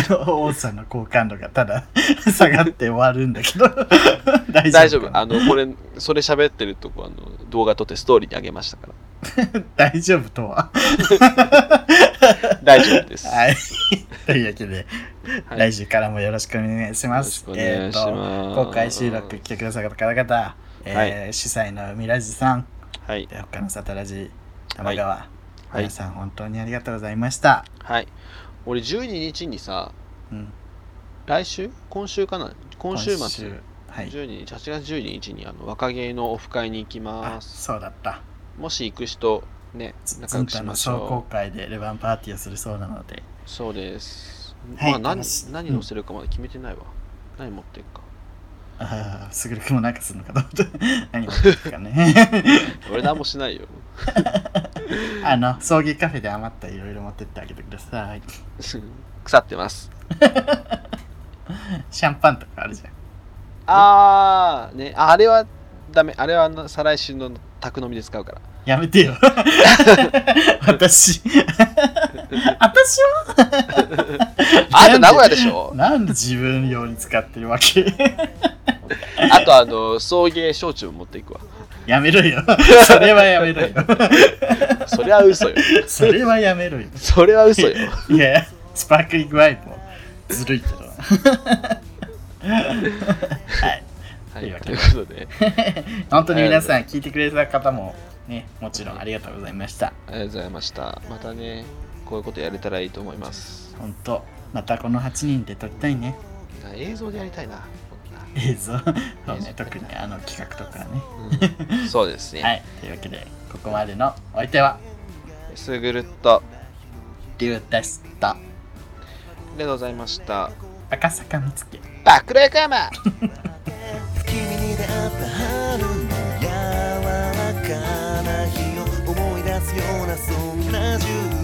[SPEAKER 2] あの王さんの好感度がただ 下がって終わるんだけど 大
[SPEAKER 1] 大丈
[SPEAKER 2] 丈夫
[SPEAKER 1] 夫
[SPEAKER 2] かな
[SPEAKER 1] あのこれそれ喋ってるとこあの動画撮ってストーリーにあげましたから
[SPEAKER 2] 大丈夫とは
[SPEAKER 1] 大丈夫です、
[SPEAKER 2] はいというわけで、
[SPEAKER 1] はい
[SPEAKER 2] 来週からもよろしくお願いし
[SPEAKER 1] よ
[SPEAKER 2] ま
[SPEAKER 1] ろし
[SPEAKER 2] す
[SPEAKER 1] くお願
[SPEAKER 2] え
[SPEAKER 1] い
[SPEAKER 2] っ
[SPEAKER 1] し
[SPEAKER 2] と
[SPEAKER 1] ます、
[SPEAKER 2] 公開収録来てくださった方々、えー主催のミラジさん
[SPEAKER 1] はい
[SPEAKER 2] で他のサタラジ玉川、
[SPEAKER 1] はい
[SPEAKER 2] 皆さん本当にありがとうございました、
[SPEAKER 1] はい俺12日にさ
[SPEAKER 2] うん、
[SPEAKER 1] 来週今週かな今週
[SPEAKER 2] 今
[SPEAKER 1] 末
[SPEAKER 2] はい
[SPEAKER 1] 12日8月12日にあの若芸のオフ会に行き
[SPEAKER 2] あ
[SPEAKER 1] ます
[SPEAKER 2] そうだった
[SPEAKER 1] もし行く人ね仲
[SPEAKER 2] ズ
[SPEAKER 1] 良
[SPEAKER 2] ン
[SPEAKER 1] くし
[SPEAKER 2] タ
[SPEAKER 1] ま
[SPEAKER 2] の
[SPEAKER 1] し
[SPEAKER 2] 商工
[SPEAKER 1] ょ
[SPEAKER 2] 会でレバンパーティーをするそうなので
[SPEAKER 1] うそうです、
[SPEAKER 2] はい
[SPEAKER 1] まあ何
[SPEAKER 2] 楽し
[SPEAKER 1] 何載せるかまだ決めてないわ、何持ってんか
[SPEAKER 2] ああすぐるくもなんかするのかと思って 何が起きる かね
[SPEAKER 1] 俺何もしないよ
[SPEAKER 2] あの葬儀カフェで余ったいろいろ持ってってあげてください
[SPEAKER 1] 腐ってます
[SPEAKER 2] シャンパンとかあるじゃん
[SPEAKER 1] あーねああれはダメあれはな再来週の宅飲みで使うから
[SPEAKER 2] やめ てよ私私は
[SPEAKER 1] あと名古屋でしょ
[SPEAKER 2] なんで自分用に使ってるわけ
[SPEAKER 1] あとあの送迎焼酎持っていくわ
[SPEAKER 2] やめろよそれはやめ ろよ
[SPEAKER 1] それは嘘よ
[SPEAKER 2] それはやめろよ
[SPEAKER 1] それは嘘よ
[SPEAKER 2] いやスパークリングワインもずるいけど。はい。
[SPEAKER 1] はいい、ということで、
[SPEAKER 2] 本当に皆さん聞いてくれた方もね、もちろんありがとうございました。
[SPEAKER 1] ありがとうございました。またね、こういうことやれたらいいと思います。
[SPEAKER 2] 本当、またこの8人で撮りたいね。
[SPEAKER 1] 映像でやりたいな。
[SPEAKER 2] 映像。そうね、特にあの企画とかね。
[SPEAKER 1] うんそうですね。
[SPEAKER 2] はい。というわけで、ここまでのお相手は、
[SPEAKER 1] すぐるっと、あ
[SPEAKER 2] りゅうでした。
[SPEAKER 1] りがとうございました。
[SPEAKER 2] 赤坂見つけ。
[SPEAKER 1] 爆裂山
[SPEAKER 5] 君に出会った春の柔らかな日を思い出すようなそんな10